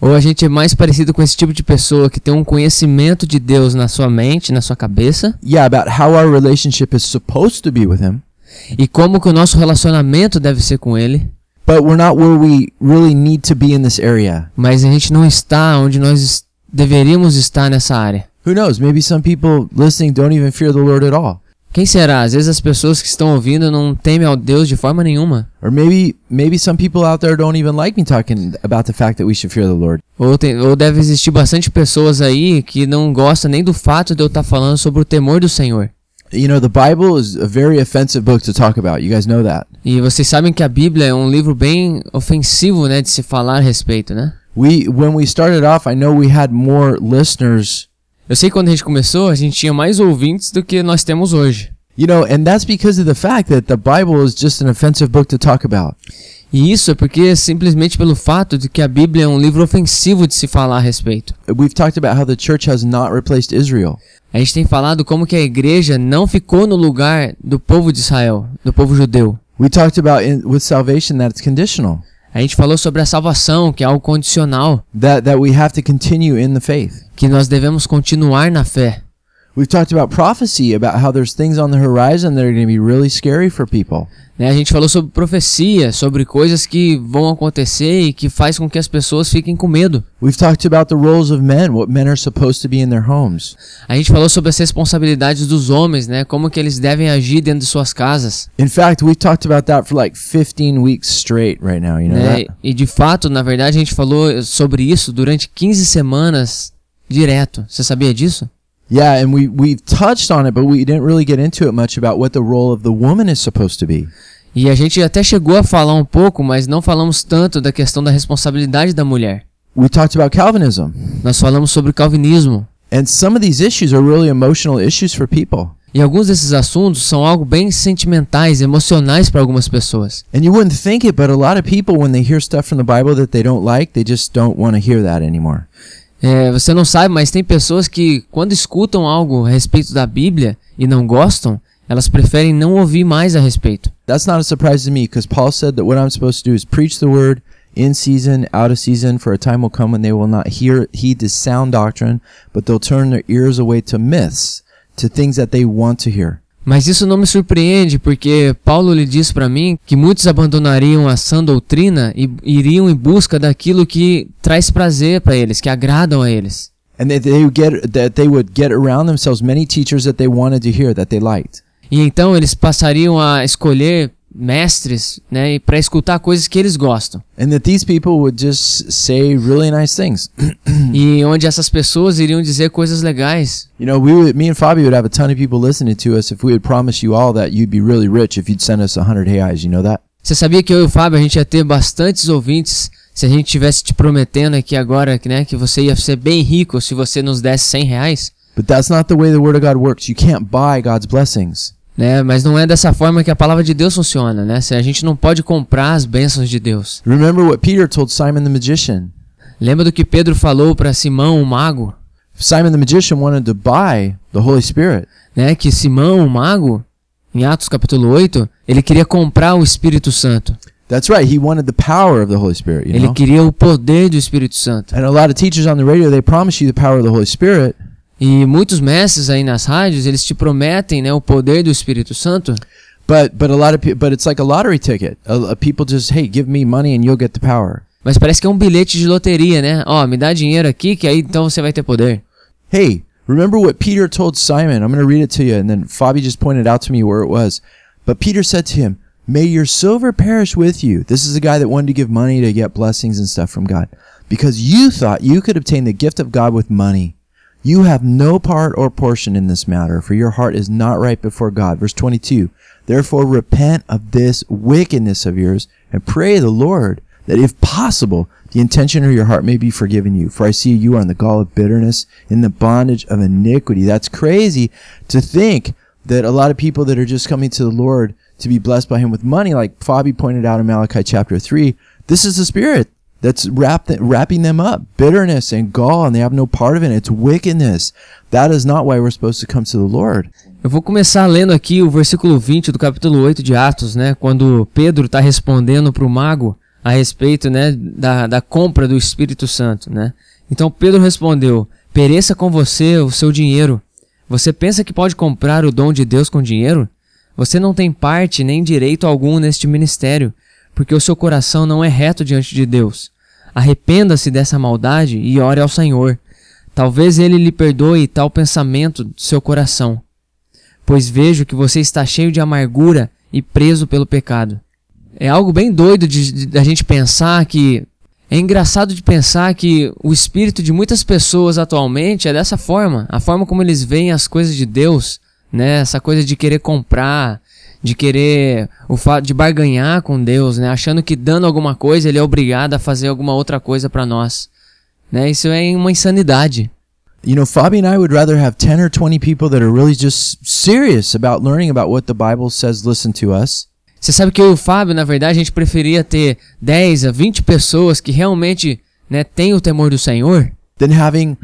B: Ou a gente é mais parecido com esse tipo de pessoa que tem um conhecimento de Deus na sua mente, na sua cabeça,
A: yeah, about how our relationship is supposed to be with Him,
B: e como que o nosso relacionamento deve ser com Ele,
A: but we're not where we really need to be in this area.
B: mas a gente não está onde nós es- deveríamos estar nessa área.
A: Who knows? Maybe some people listening don't even fear the Lord at all.
B: Quem será? Às vezes as pessoas que estão ouvindo não temem ao Deus de forma nenhuma.
A: Or maybe maybe some people out there don't even like me talking about the fact that we should fear the Lord.
B: Ou, tem, ou deve existir bastante pessoas aí que não gostam nem do fato de eu estar falando sobre o temor do Senhor.
A: You know, the Bible is a very offensive book to talk about. You guys know that.
B: E vocês sabem que a Bíblia é um livro bem ofensivo, né, de se falar a respeito, né?
A: We when we started off, I know we had more listeners
B: Eu sei que quando a gente começou, a gente tinha mais ouvintes do que nós temos hoje.
A: You know, and that's because of the fact that the Bible is just an offensive book to talk about.
B: E isso é porque simplesmente pelo fato de que a Bíblia é um livro ofensivo de se falar a respeito.
A: We've talked about how the church has not replaced Israel.
B: A gente tem falado como que a igreja não ficou no lugar do povo de Israel, do povo judeu.
A: We talked about in, with salvation that it's conditional,
B: A gente falou sobre a salvação, que é algo condicional,
A: that, that we have to continue in the faith.
B: que nós devemos continuar na fé.
A: We've talked about prophecy, about how there's things on the horizon that are going to be really scary for people.
B: Né, A gente falou sobre profecia, sobre coisas que vão acontecer e que faz com que as pessoas fiquem com medo.
A: We've talked about the roles of men, what men are supposed to be in their homes.
B: A gente falou sobre as responsabilidades dos homens, né? Como que eles devem agir dentro de suas casas.
A: In fact, we've talked about that for like 15 weeks straight right now, you know
B: Né?
A: that?
B: E de fato, na verdade, a gente falou sobre isso durante 15 semanas direto. Você sabia disso?
A: Yeah, and we, we've touched on it, but we didn't really get into it much about what the role of the woman is supposed to be.
B: E a gente até chegou a falar um pouco, mas não falamos tanto da questão da responsabilidade da mulher.
A: we talked about Calvinism.
B: Nós falamos sobre o calvinismo.
A: And some of these issues are really emotional issues for people.
B: E alguns desses assuntos são algo bem sentimentais, emocionais para algumas pessoas.
A: And you wouldn't think it, but a lot of people, when they hear stuff from the Bible that they don't like, they just don't want to hear that anymore.
B: É, você não sabe, mas tem pessoas que, quando escutam algo a respeito da Bíblia e não gostam, elas preferem não ouvir mais a respeito.
A: That's not a surprise to me because Paul said that what I'm supposed to do is preach the word in season, out of season, for a time will come when they will not hear heed the sound doctrine, but they'll turn their ears away to myths, to things that they want to hear.
B: Mas isso não me surpreende, porque Paulo lhe diz para mim que muitos abandonariam a sã doutrina e iriam em busca daquilo que traz prazer para eles, que agradam a eles.
A: And that they would get that they would get around themselves many teachers that they wanted to hear that they liked.
B: E então eles passariam a escolher mestres, né, para escutar coisas que eles gostam.
A: And that these people would just say really nice things.
B: E onde essas pessoas iriam dizer coisas legais.
A: You know, we would, me and Fabi would have a ton of people listening to us if we would promise you all that you'd be really rich if you'd send us 100 AIs. You know that?
B: Você sabia que eu e o Fábio a gente ia ter bastantes ouvintes se a gente tivesse te prometendo aqui agora, que, né, que você ia ser bem rico se você nos desse 100 reais?
A: But that's not the way the Word of God works. You can't buy God's blessings.
B: Né? Mas não é dessa forma que a palavra de Deus funciona, né? Se a gente não pode comprar as bênçãos de Deus.
A: Remember what Peter told Simon the magician.
B: Lembra do que Pedro falou para Simão, o mago,
A: Simon the magician wanted to buy the Holy Spirit.
B: né? Que Simão, o mago, em Atos capítulo 8, ele queria comprar o Espírito Santo.
A: That's right. He wanted the power of the Holy Spirit. You
B: Ele
A: know?
B: queria o poder do Espírito Santo.
A: And a lot of teachers on the radio they promise you the power of the Holy Spirit,
B: E muitos mestres aí nas rádios, eles te prometem, né, o poder do Espírito Santo,
A: but but a lot of pe- but it's like a lottery ticket. A, a people just hey, give me money and you'll get the power.
B: mas parece que é um bilhete de loteria, né? Ó, me dá dinheiro aqui que aí então você vai ter poder.
A: Hey, remember what Peter told Simon? I'm going to read it to you, and then Fabi just pointed out to me where it was. But Peter said to him, May your silver perish with you. This is a guy that wanted to give money to get blessings and stuff from God. Because you thought you could obtain the gift of God with money. You have no part or portion in this matter, for your heart is not right before God. Verse 22. Therefore repent of this wickedness of yours and pray the Lord that if possible, the intention of your heart may be forgiven you. For I see you are in the gall of bitterness, in the bondage of iniquity. That's crazy to think that a lot of people that are just coming to the Lord to be blessed by Him with money, like Fabi pointed out in Malachi chapter 3, this is the spirit that's wrapped, wrapping them up. Bitterness and gall, and they have no part of it. It's wickedness. That is not why we're supposed to come to the Lord.
B: Eu vou começar lendo aqui o versículo 20 do capítulo 8 de Atos, né, quando Pedro está respondendo para o mago a respeito, né, da, da compra do Espírito Santo, né? Então Pedro respondeu: "Pereça com você o seu dinheiro. Você pensa que pode comprar o dom de Deus com dinheiro? Você não tem parte nem direito algum neste ministério, porque o seu coração não é reto diante de Deus. Arrependa-se dessa maldade e ore ao Senhor. Talvez ele lhe perdoe tal pensamento do seu coração." pois vejo que você está cheio de amargura e preso pelo pecado. É algo bem doido de, de- da gente pensar que. É engraçado de pensar que o espírito de muitas pessoas atualmente é dessa forma. A forma como eles veem as coisas de Deus, né? Essa coisa de querer comprar, de querer o fato de barganhar com Deus, né? Achando que dando alguma coisa ele é obrigado a fazer alguma outra coisa para nós, né? Isso é uma insanidade.
A: You know, Fabi and I would rather have 10 or 20 people that are really just serious about learning about what the Bible says, listen to us.
B: Você sabe que eu e o Fábio, na verdade, a gente preferia ter 10 a 20 pessoas que realmente né, têm o temor do Senhor
A: than having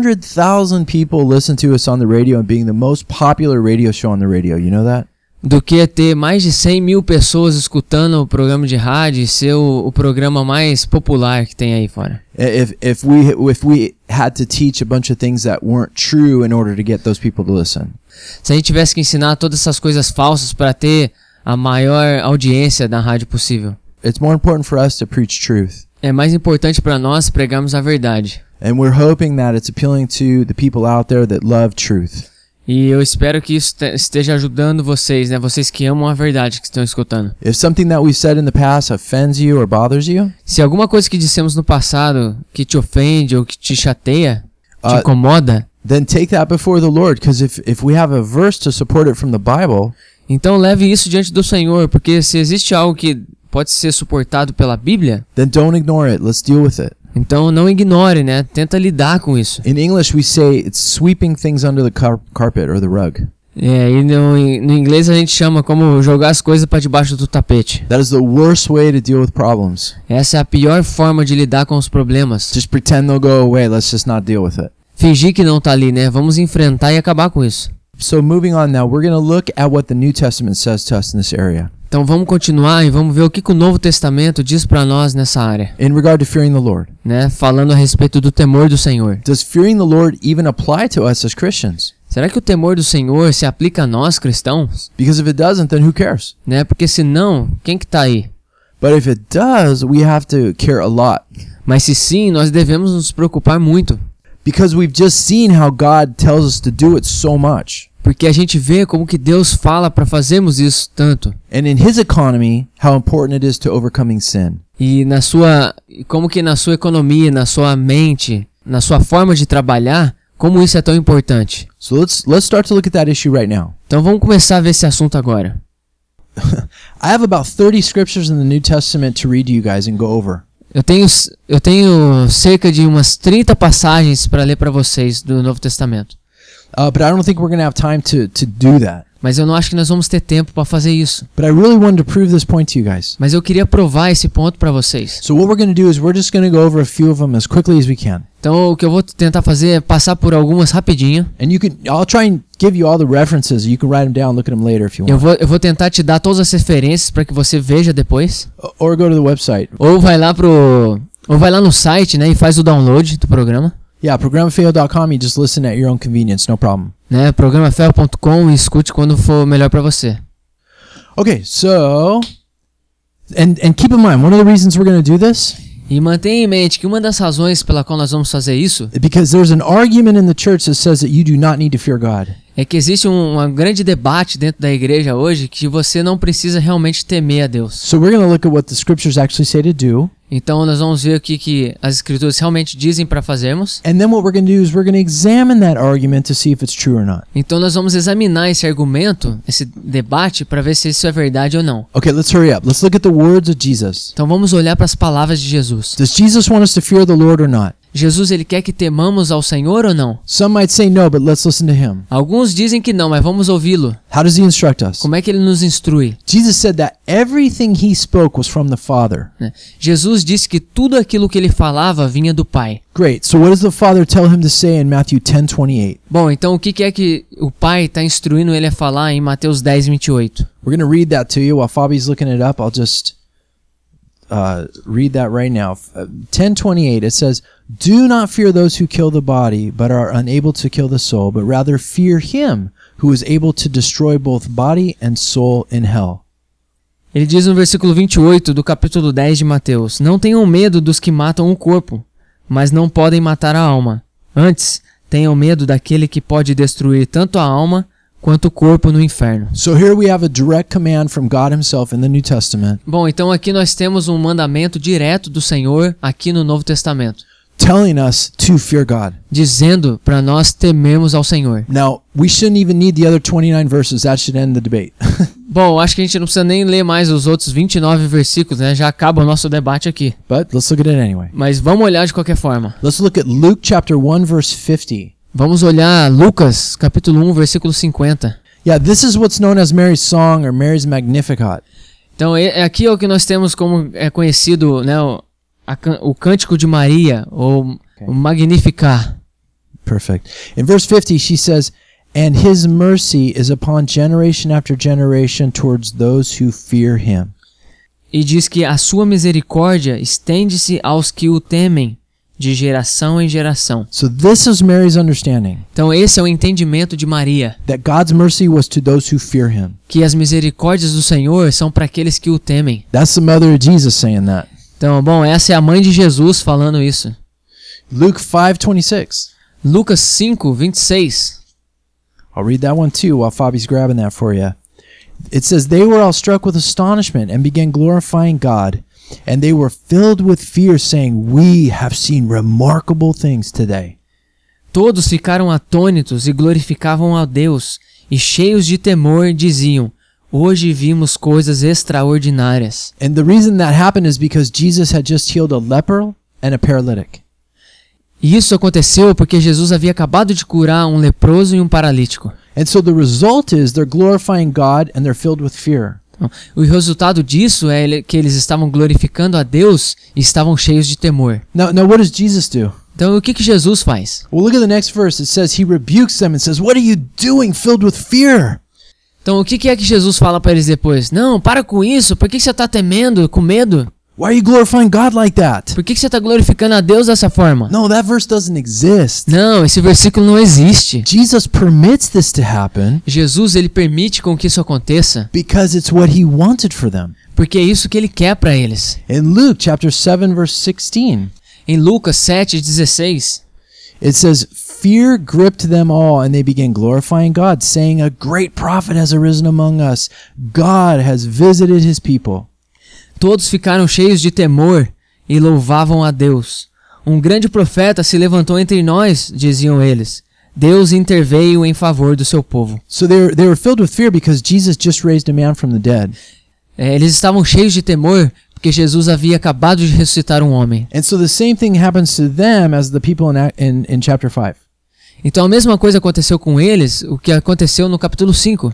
A: 100,000 people listen to us on the radio and being the most popular radio show on the radio. You know that?
B: do que ter mais de 100 mil pessoas escutando o programa de rádio e ser o, o programa mais popular que tem aí fora.
A: If, if, we, if we had to teach a bunch of things that weren't true in order to get those people to listen.
B: Se a gente tivesse que ensinar todas essas coisas falsas para ter a maior audiência da rádio possível.
A: It's more important for us to preach truth.
B: É mais importante para nós pregarmos a verdade.
A: And we're hoping that it's appealing to the people out there that love truth.
B: E eu espero que isso te- esteja ajudando vocês, né? Vocês que amam a verdade que estão escutando.
A: If something that we've said in the past offends you or bothers you,
B: Se alguma coisa que dissemos no passado que te ofende ou que te chateia, te
A: Ah.
B: incomoda,
A: then take that before the Lord. Because if, if we have a verse to support it from the Bible,
B: então leve isso diante do Senhor, porque se existe algo que pode ser suportado pela Bíblia,
A: then don't ignore it. Let's deal with it.
B: então não ignore, né? Tenta lidar com isso.
A: In English, we say it's sweeping things under the car- carpet or the rug.
B: É, e no, no inglês a gente chama como jogar as coisas para debaixo do tapete.
A: That is the worst way to deal with problems.
B: Essa é a pior forma de lidar com os problemas.
A: Just pretend they'll go away. Let's just not deal with it.
B: Fingir que não tá ali, né? Vamos enfrentar e acabar com isso.
A: So, moving on now, we're going to look at what the New Testament says to us in this area.
B: Então vamos continuar e vamos ver o que, que o Novo Testamento diz para nós nessa área,
A: in regard to fearing the Lord.
B: né? Falando a respeito do temor do Senhor.
A: Does fearing the Lord even apply to us as Christians?
B: Será que o temor do Senhor se aplica a nós cristãos,
A: Because if it doesn't, then who cares?
B: né? Porque se não, quem que tá aí?
A: But if it does, we have to care a lot
B: Mas se sim, nós devemos nos preocupar muito,
A: because we've just seen how God tells us to do it so much.
B: porque a gente vê como que Deus fala para fazermos isso tanto.
A: And in his economy, how important it is to overcoming sin.
B: E na sua, e como que na sua economia, na sua mente, na sua forma de trabalhar, como isso é tão importante.
A: So let's let's start to look at that issue right now.
B: Então vamos começar a ver esse assunto agora.
A: I have about 30 scriptures in the New Testament to read to you guys and go over.
B: Eu tenho, s- eu tenho cerca de umas 30 passagens para ler para vocês do Novo Testamento.
A: Uh, but I don't think we're going to have time to, to do that.
B: Mas eu não acho que nós vamos ter tempo para fazer isso.
A: But I really wanted to prove this point to you guys.
B: Mas eu queria provar esse ponto para vocês.
A: So what we're going to do is we're just going to go over a few of them as quickly as we can.
B: Então o que eu vou tentar fazer é passar por algumas rapidinho.
A: And you can I'll try and give you all the references. You can write them down, look at them later if you
B: Eu
A: want.
B: vou, eu vou tentar te dar todas as referências para que você veja depois.
A: Or go to the website.
B: Ou vai lá pro. Ou vai lá no site, né? E faz o download do programa.
A: Yeah, programfail.com, you just listen at your own convenience, no problem.
B: Né, programaferro.com e escute quando for melhor para você.
A: Okay, so and and keep in mind one of the reasons we're going to do this
B: E mantenha em mente que uma das razões pela qual nós vamos fazer isso
A: is because there's an argument in the church that says that you do not need to fear God.
B: é que existe um, um grande debate dentro da igreja hoje que você não precisa realmente temer a Deus.
A: So we're going to look at what the scriptures actually say to do,
B: Então nós vamos ver o que, que as escrituras realmente dizem para fazermos.
A: and then what we're going to do is we're going to examine that argument to see if it's true or not.
B: Então nós vamos examinar esse argumento, esse debate, para ver se isso é verdade ou não.
A: Okay, let's hurry up. Let's look at the words of Jesus.
B: Então vamos olhar para as palavras de Jesus.
A: Does Jesus want us to fear the Lord or not?
B: Jesus ele quer que temamos ao Senhor ou não?
A: Some might say no, but let's listen to him.
B: Alguns dizem que não, mas vamos ouvi-lo.
A: How does he instruct us?
B: Como é que ele nos instrui?
A: Jesus said that everything he spoke was from the Father.
B: né? Jesus disse que tudo aquilo que ele falava vinha do Pai.
A: Great. So what does the Father tell him to say in Matthew 10:28?
B: Bom, então o que que é que o Pai está instruindo ele a falar em Mateus 10, 28?
A: We're going to read that to you while Fabi's looking it up. I'll just uh, read that right now. Uh, 10:28 it says, "Do not fear those who kill the body but are unable to kill the soul, but rather fear him who is able to destroy both body and soul in hell."
B: Ele diz no versículo 28 do capítulo 10 de Mateus: Não tenham medo dos que matam o corpo, mas não podem matar a alma. Antes, tenham medo daquele que pode destruir tanto a alma quanto o corpo no inferno.
A: So here we have a direct command from God himself in the New Testament
B: Bom, então aqui nós temos um mandamento direto do Senhor aqui no Novo Testamento,
A: telling us to fear God.
B: dizendo para nós temermos ao Senhor.
A: Now, we shouldn't even need the other 29 verses. That should end the debate. [LAUGHS]
B: Bom, acho que a gente não precisa nem ler mais os outros 29 versículos, né? Já acaba o nosso debate aqui.
A: but let's look at it anyway.
B: Mas vamos olhar de qualquer forma.
A: Let's look at Luke chapter 1 verse 50.
B: Vamos olhar Lucas, capítulo 1, versículo 50.
A: Yeah, this is what's known as Mary's song or Mary's Magnificat.
B: Então, e- é aqui é o que nós temos como é conhecido, né, o, a can- o Cântico de Maria, ou o Magnificar.
A: Perfect. In verse 50, she says, "And his mercy is upon generation after generation towards those who fear him."
B: E diz que a sua misericórdia estende-se aos que o temem, de geração em geração.
A: So this is Mary's understanding
B: Então, esse é o entendimento de Maria,
A: that God's mercy was to those who fear him.
B: que as misericórdias do Senhor são para aqueles que o temem.
A: That's the mother of Jesus saying that.
B: Então, bom, essa é a mãe de Jesus falando isso.
A: Luke 5:26.
B: Lucas 5, 26.
A: I'll read that one too while Fabi's grabbing that for you. It says, They were all struck with astonishment and began glorifying God, and they were filled with fear, saying, We have seen remarkable things today.
B: Todos ficaram atônitos e glorificavam a Deus, e cheios de temor diziam: Hoje vimos coisas extraordinárias.
A: And the reason that happened is because Jesus had just healed a leper and a paralytic.
B: E isso aconteceu porque Jesus havia acabado de curar um leproso e um paralítico.
A: And so the result is they're glorifying God and they're filled with fear.
B: Então, O resultado disso é ele- que eles estavam glorificando a Deus e estavam cheios de temor.
A: Now, now what does Jesus do?
B: Então, o que, que Jesus faz?
A: Well, look at the next verse. It says, He rebukes them and says, What are you doing filled with fear?
B: Então o que, que é que Jesus fala para eles depois? Não, para com isso. Por que, que você está temendo, com medo?
A: Why are you glorifying God like that?
B: Por que, que você está glorificando a Deus dessa forma?
A: No, that verse doesn't exist.
B: Não, esse versículo não existe.
A: Jesus permits this to happen
B: Jesus ele permite com que isso aconteça,
A: because it's what he wanted for them.
B: porque é isso que ele quer para eles.
A: In Luke chapter 7 verse 16,
B: Em Lucas 7:16,
A: it says, "Fear gripped them all and they began glorifying God, saying, a great prophet has arisen among us. God has visited his people."
B: todos ficaram cheios de temor e louvavam a Deus. Um grande profeta se levantou entre nós, diziam eles. Deus interveio em favor do seu povo.
A: So they were, they were filled with fear because Jesus just raised a man from the dead.
B: É, eles estavam cheios de temor porque Jesus havia acabado de ressuscitar um homem.
A: And so the same thing happens to them as the people in Ac- in, in chapter 5.
B: Então a mesma coisa aconteceu com eles, o que aconteceu no capítulo 5.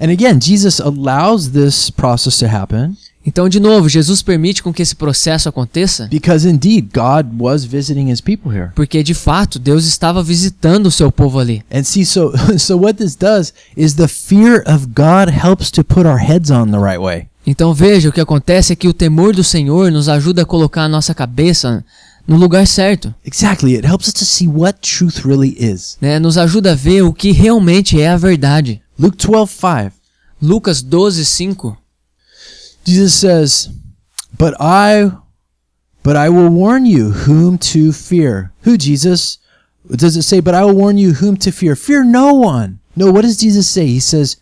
A: And again, Jesus allows this process to happen
B: Então, de novo, Jesus permite com que esse processo aconteça,
A: because indeed God was visiting his people here.
B: porque de fato Deus estava visitando o seu povo ali.
A: And see, so [LAUGHS] so what this does is the fear of God helps to put our heads on the right way.
B: Então veja, o que acontece é que o temor do Senhor nos ajuda a colocar a nossa cabeça no lugar certo,
A: Exactly. It helps us to see what truth really is.
B: né? Nos ajuda a ver o que realmente é a verdade.
A: Luke twelve five.
B: Lucas 12, 5.
A: Jesus says, "But I, but I will warn you whom to fear." Who Jesus? Does it say, "But I will warn you whom to fear"? Fear no one. No. What does Jesus say? He says,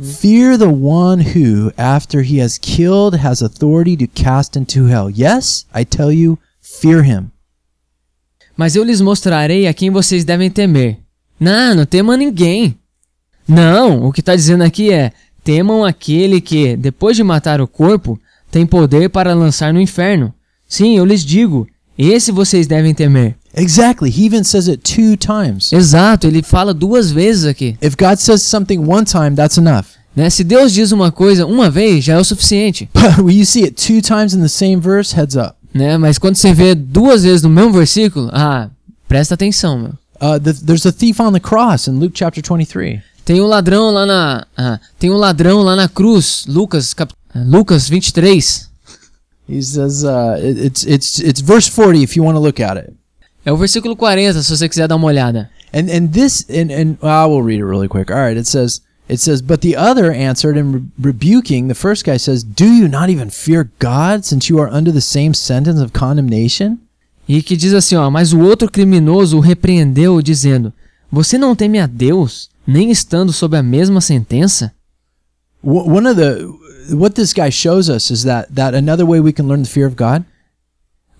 A: "Fear the one who, after he has killed, has authority to cast into hell." Yes, I tell you, fear him.
B: Mas eu lhes mostrarei a quem vocês devem temer. Não, não tema ninguém. Não, o que está dizendo aqui é: temam aquele que, depois de matar o corpo, tem poder para lançar no inferno. Sim, eu lhes digo: esse vocês devem temer.
A: Exactly. He even says it two times.
B: Exato, ele fala duas vezes aqui.
A: If God says something one time, that's enough. [LAUGHS]
B: Né? Se Deus diz uma coisa uma vez, já é o suficiente.
A: But when you see it two times in the same verse, heads up.
B: Né? Mas quando você vê duas vezes no mesmo versículo, ah, presta atenção, meu.
A: Uh, the, there's a thief on the cross in Luke chapter 23.
B: Tem um ladrão lá na. ah, tem um ladrão lá na cruz, Lucas, cap, ah, Lucas 23.
A: He says uh, it- it's it's it's verse 40 if you want to look at it.
B: É o versículo 40, se você quiser dar uma olhada.
A: And and this and and I will read it really quick. All right, it says it says but the other answered and re- rebuking the first guy says, "Do you not even fear God since you are under the same sentence of condemnation?"
B: E que diz assim, ó, mas o outro criminoso o repreendeu, dizendo: Você não teme a Deus, nem estando sob a mesma sentença?
A: W- one of the what this guy shows us is that that another way we can learn the fear of God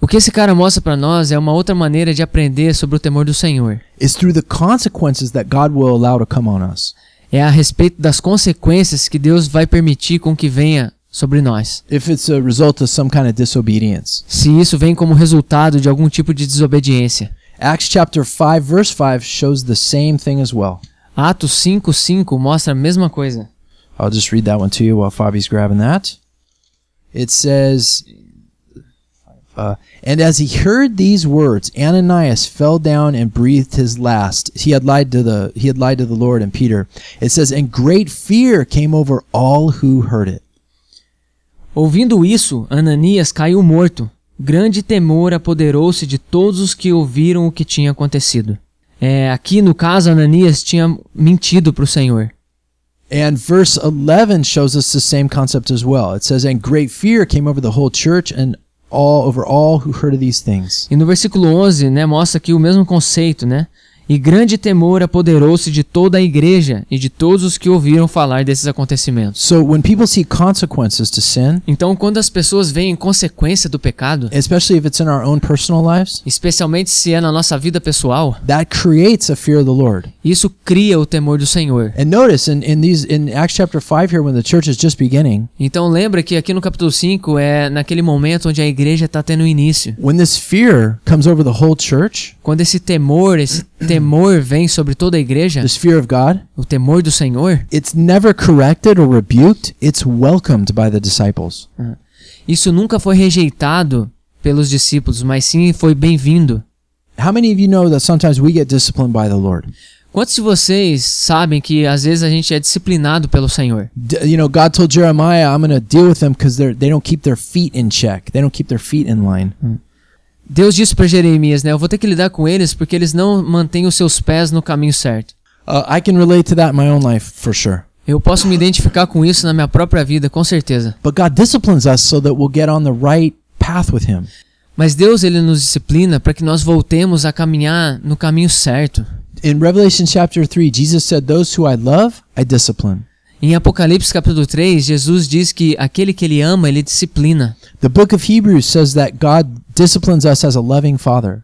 B: O que esse cara mostra pra nós é uma outra maneira de aprender sobre o temor do Senhor.
A: is through the consequences that God will allow to come on us.
B: é a respeito das consequências que Deus vai permitir com que venha sobre nós.
A: If it's a result of some kind of disobedience.
B: Se isso vem como resultado de algum tipo de desobediência.
A: Acts chapter 5 verse 5 shows the same thing as well.
B: Atos 5:5 mostra a mesma coisa.
A: I'll just read that one to you while Fabi's grabbing that. It says, uh, And as he heard these words, Ananias fell down and breathed his last. He had lied to the he had lied to the Lord and Peter. It says, And great fear came over all who heard it.
B: Ouvindo isso, Ananias caiu morto. Grande temor apoderou-se de todos os que ouviram o que tinha acontecido. É, aqui no caso, Ananias tinha mentido para o Senhor.
A: And verse 11 shows us the same concept as well. It says, And great fear came over the whole church and all over all who heard of these things.
B: E no versículo 11, né, mostra aqui o mesmo conceito, né? E grande temor apoderou-se de toda a igreja e de todos os que ouviram falar desses acontecimentos.
A: So when people see consequences to sin,
B: Então, quando as pessoas veem consequência do pecado,
A: especially if it's in our own personal lives,
B: especialmente se é na nossa vida pessoal,
A: that creates a fear of the Lord.
B: isso cria o temor do Senhor.
A: And notice in, in these in Acts chapter five here when the church is just beginning,
B: Então, lembra que aqui no capítulo 5 é naquele momento onde a igreja está tendo início.
A: when this fear comes over the whole church,
B: Quando esse temor, esse temor vem sobre toda a igreja,
A: this fear of God,
B: o temor do Senhor,
A: it's never corrected or rebuked. It's welcomed by the disciples.
B: isso nunca foi rejeitado pelos discípulos, mas sim foi bem-vindo.
A: How many of you know that sometimes we get disciplined by the Lord?
B: Quantos de vocês sabem que às vezes a gente é disciplinado pelo Senhor?
A: D- you know, God told Jeremiah, "I'm going to deal with them because they're they don't keep their feet in check. They don't keep their feet in line."
B: Deus disse para Jeremias, né? Eu vou ter que lidar com eles porque eles não mantêm os seus pés no caminho certo.
A: Uh, I can relate to that in my own life for sure.
B: Eu posso me identificar com isso na minha própria vida, com certeza.
A: But God disciplines us so that we'll get on the right path with Him.
B: Mas Deus ele nos disciplina para que nós voltemos a caminhar no caminho certo.
A: In Revelation chapter three, Jesus said, "Those who I love, I discipline."
B: Em Apocalipse capítulo 3, Jesus diz que aquele que ele ama, ele disciplina.
A: The book of Hebrews says that God disciplines us as a loving father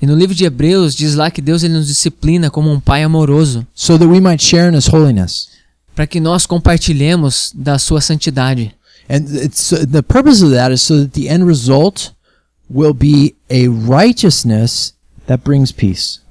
B: E no livro de Hebreus diz lá que Deus ele nos disciplina como um pai amoroso,
A: so that we might share in his holiness.
B: para que nós compartilhemos da sua santidade.
A: And it's the purpose of that is so that the end result will be a righteousness that brings peace.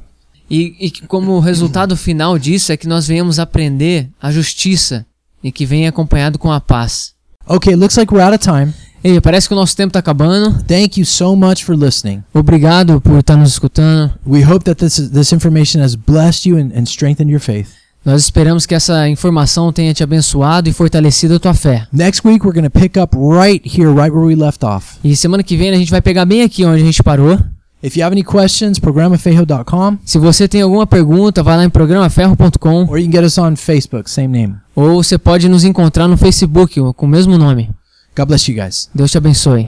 B: E, e que como resultado final disso é que nós venhamos aprender a justiça e que vem acompanhado com a paz.
A: Okay, it looks like we're out of time.
B: Ei, parece que o nosso tempo está acabando.
A: Thank you so much for listening.
B: Obrigado por estar nos escutando.
A: We hope that this this information has blessed you and, and strengthened your faith.
B: Nós esperamos que essa informação tenha te abençoado e fortalecido a tua fé.
A: Next week we're going to pick up right here, right where we left off.
B: E semana que vem a gente vai pegar bem aqui onde a gente parou.
A: If you have any questions, programafejo.com
B: Se você tem alguma pergunta, vai lá em programaferro.com
A: or you can get us on Facebook, same name.
B: ou você pode nos encontrar no Facebook com o mesmo nome.
A: God bless you guys.
B: Deus te abençoe.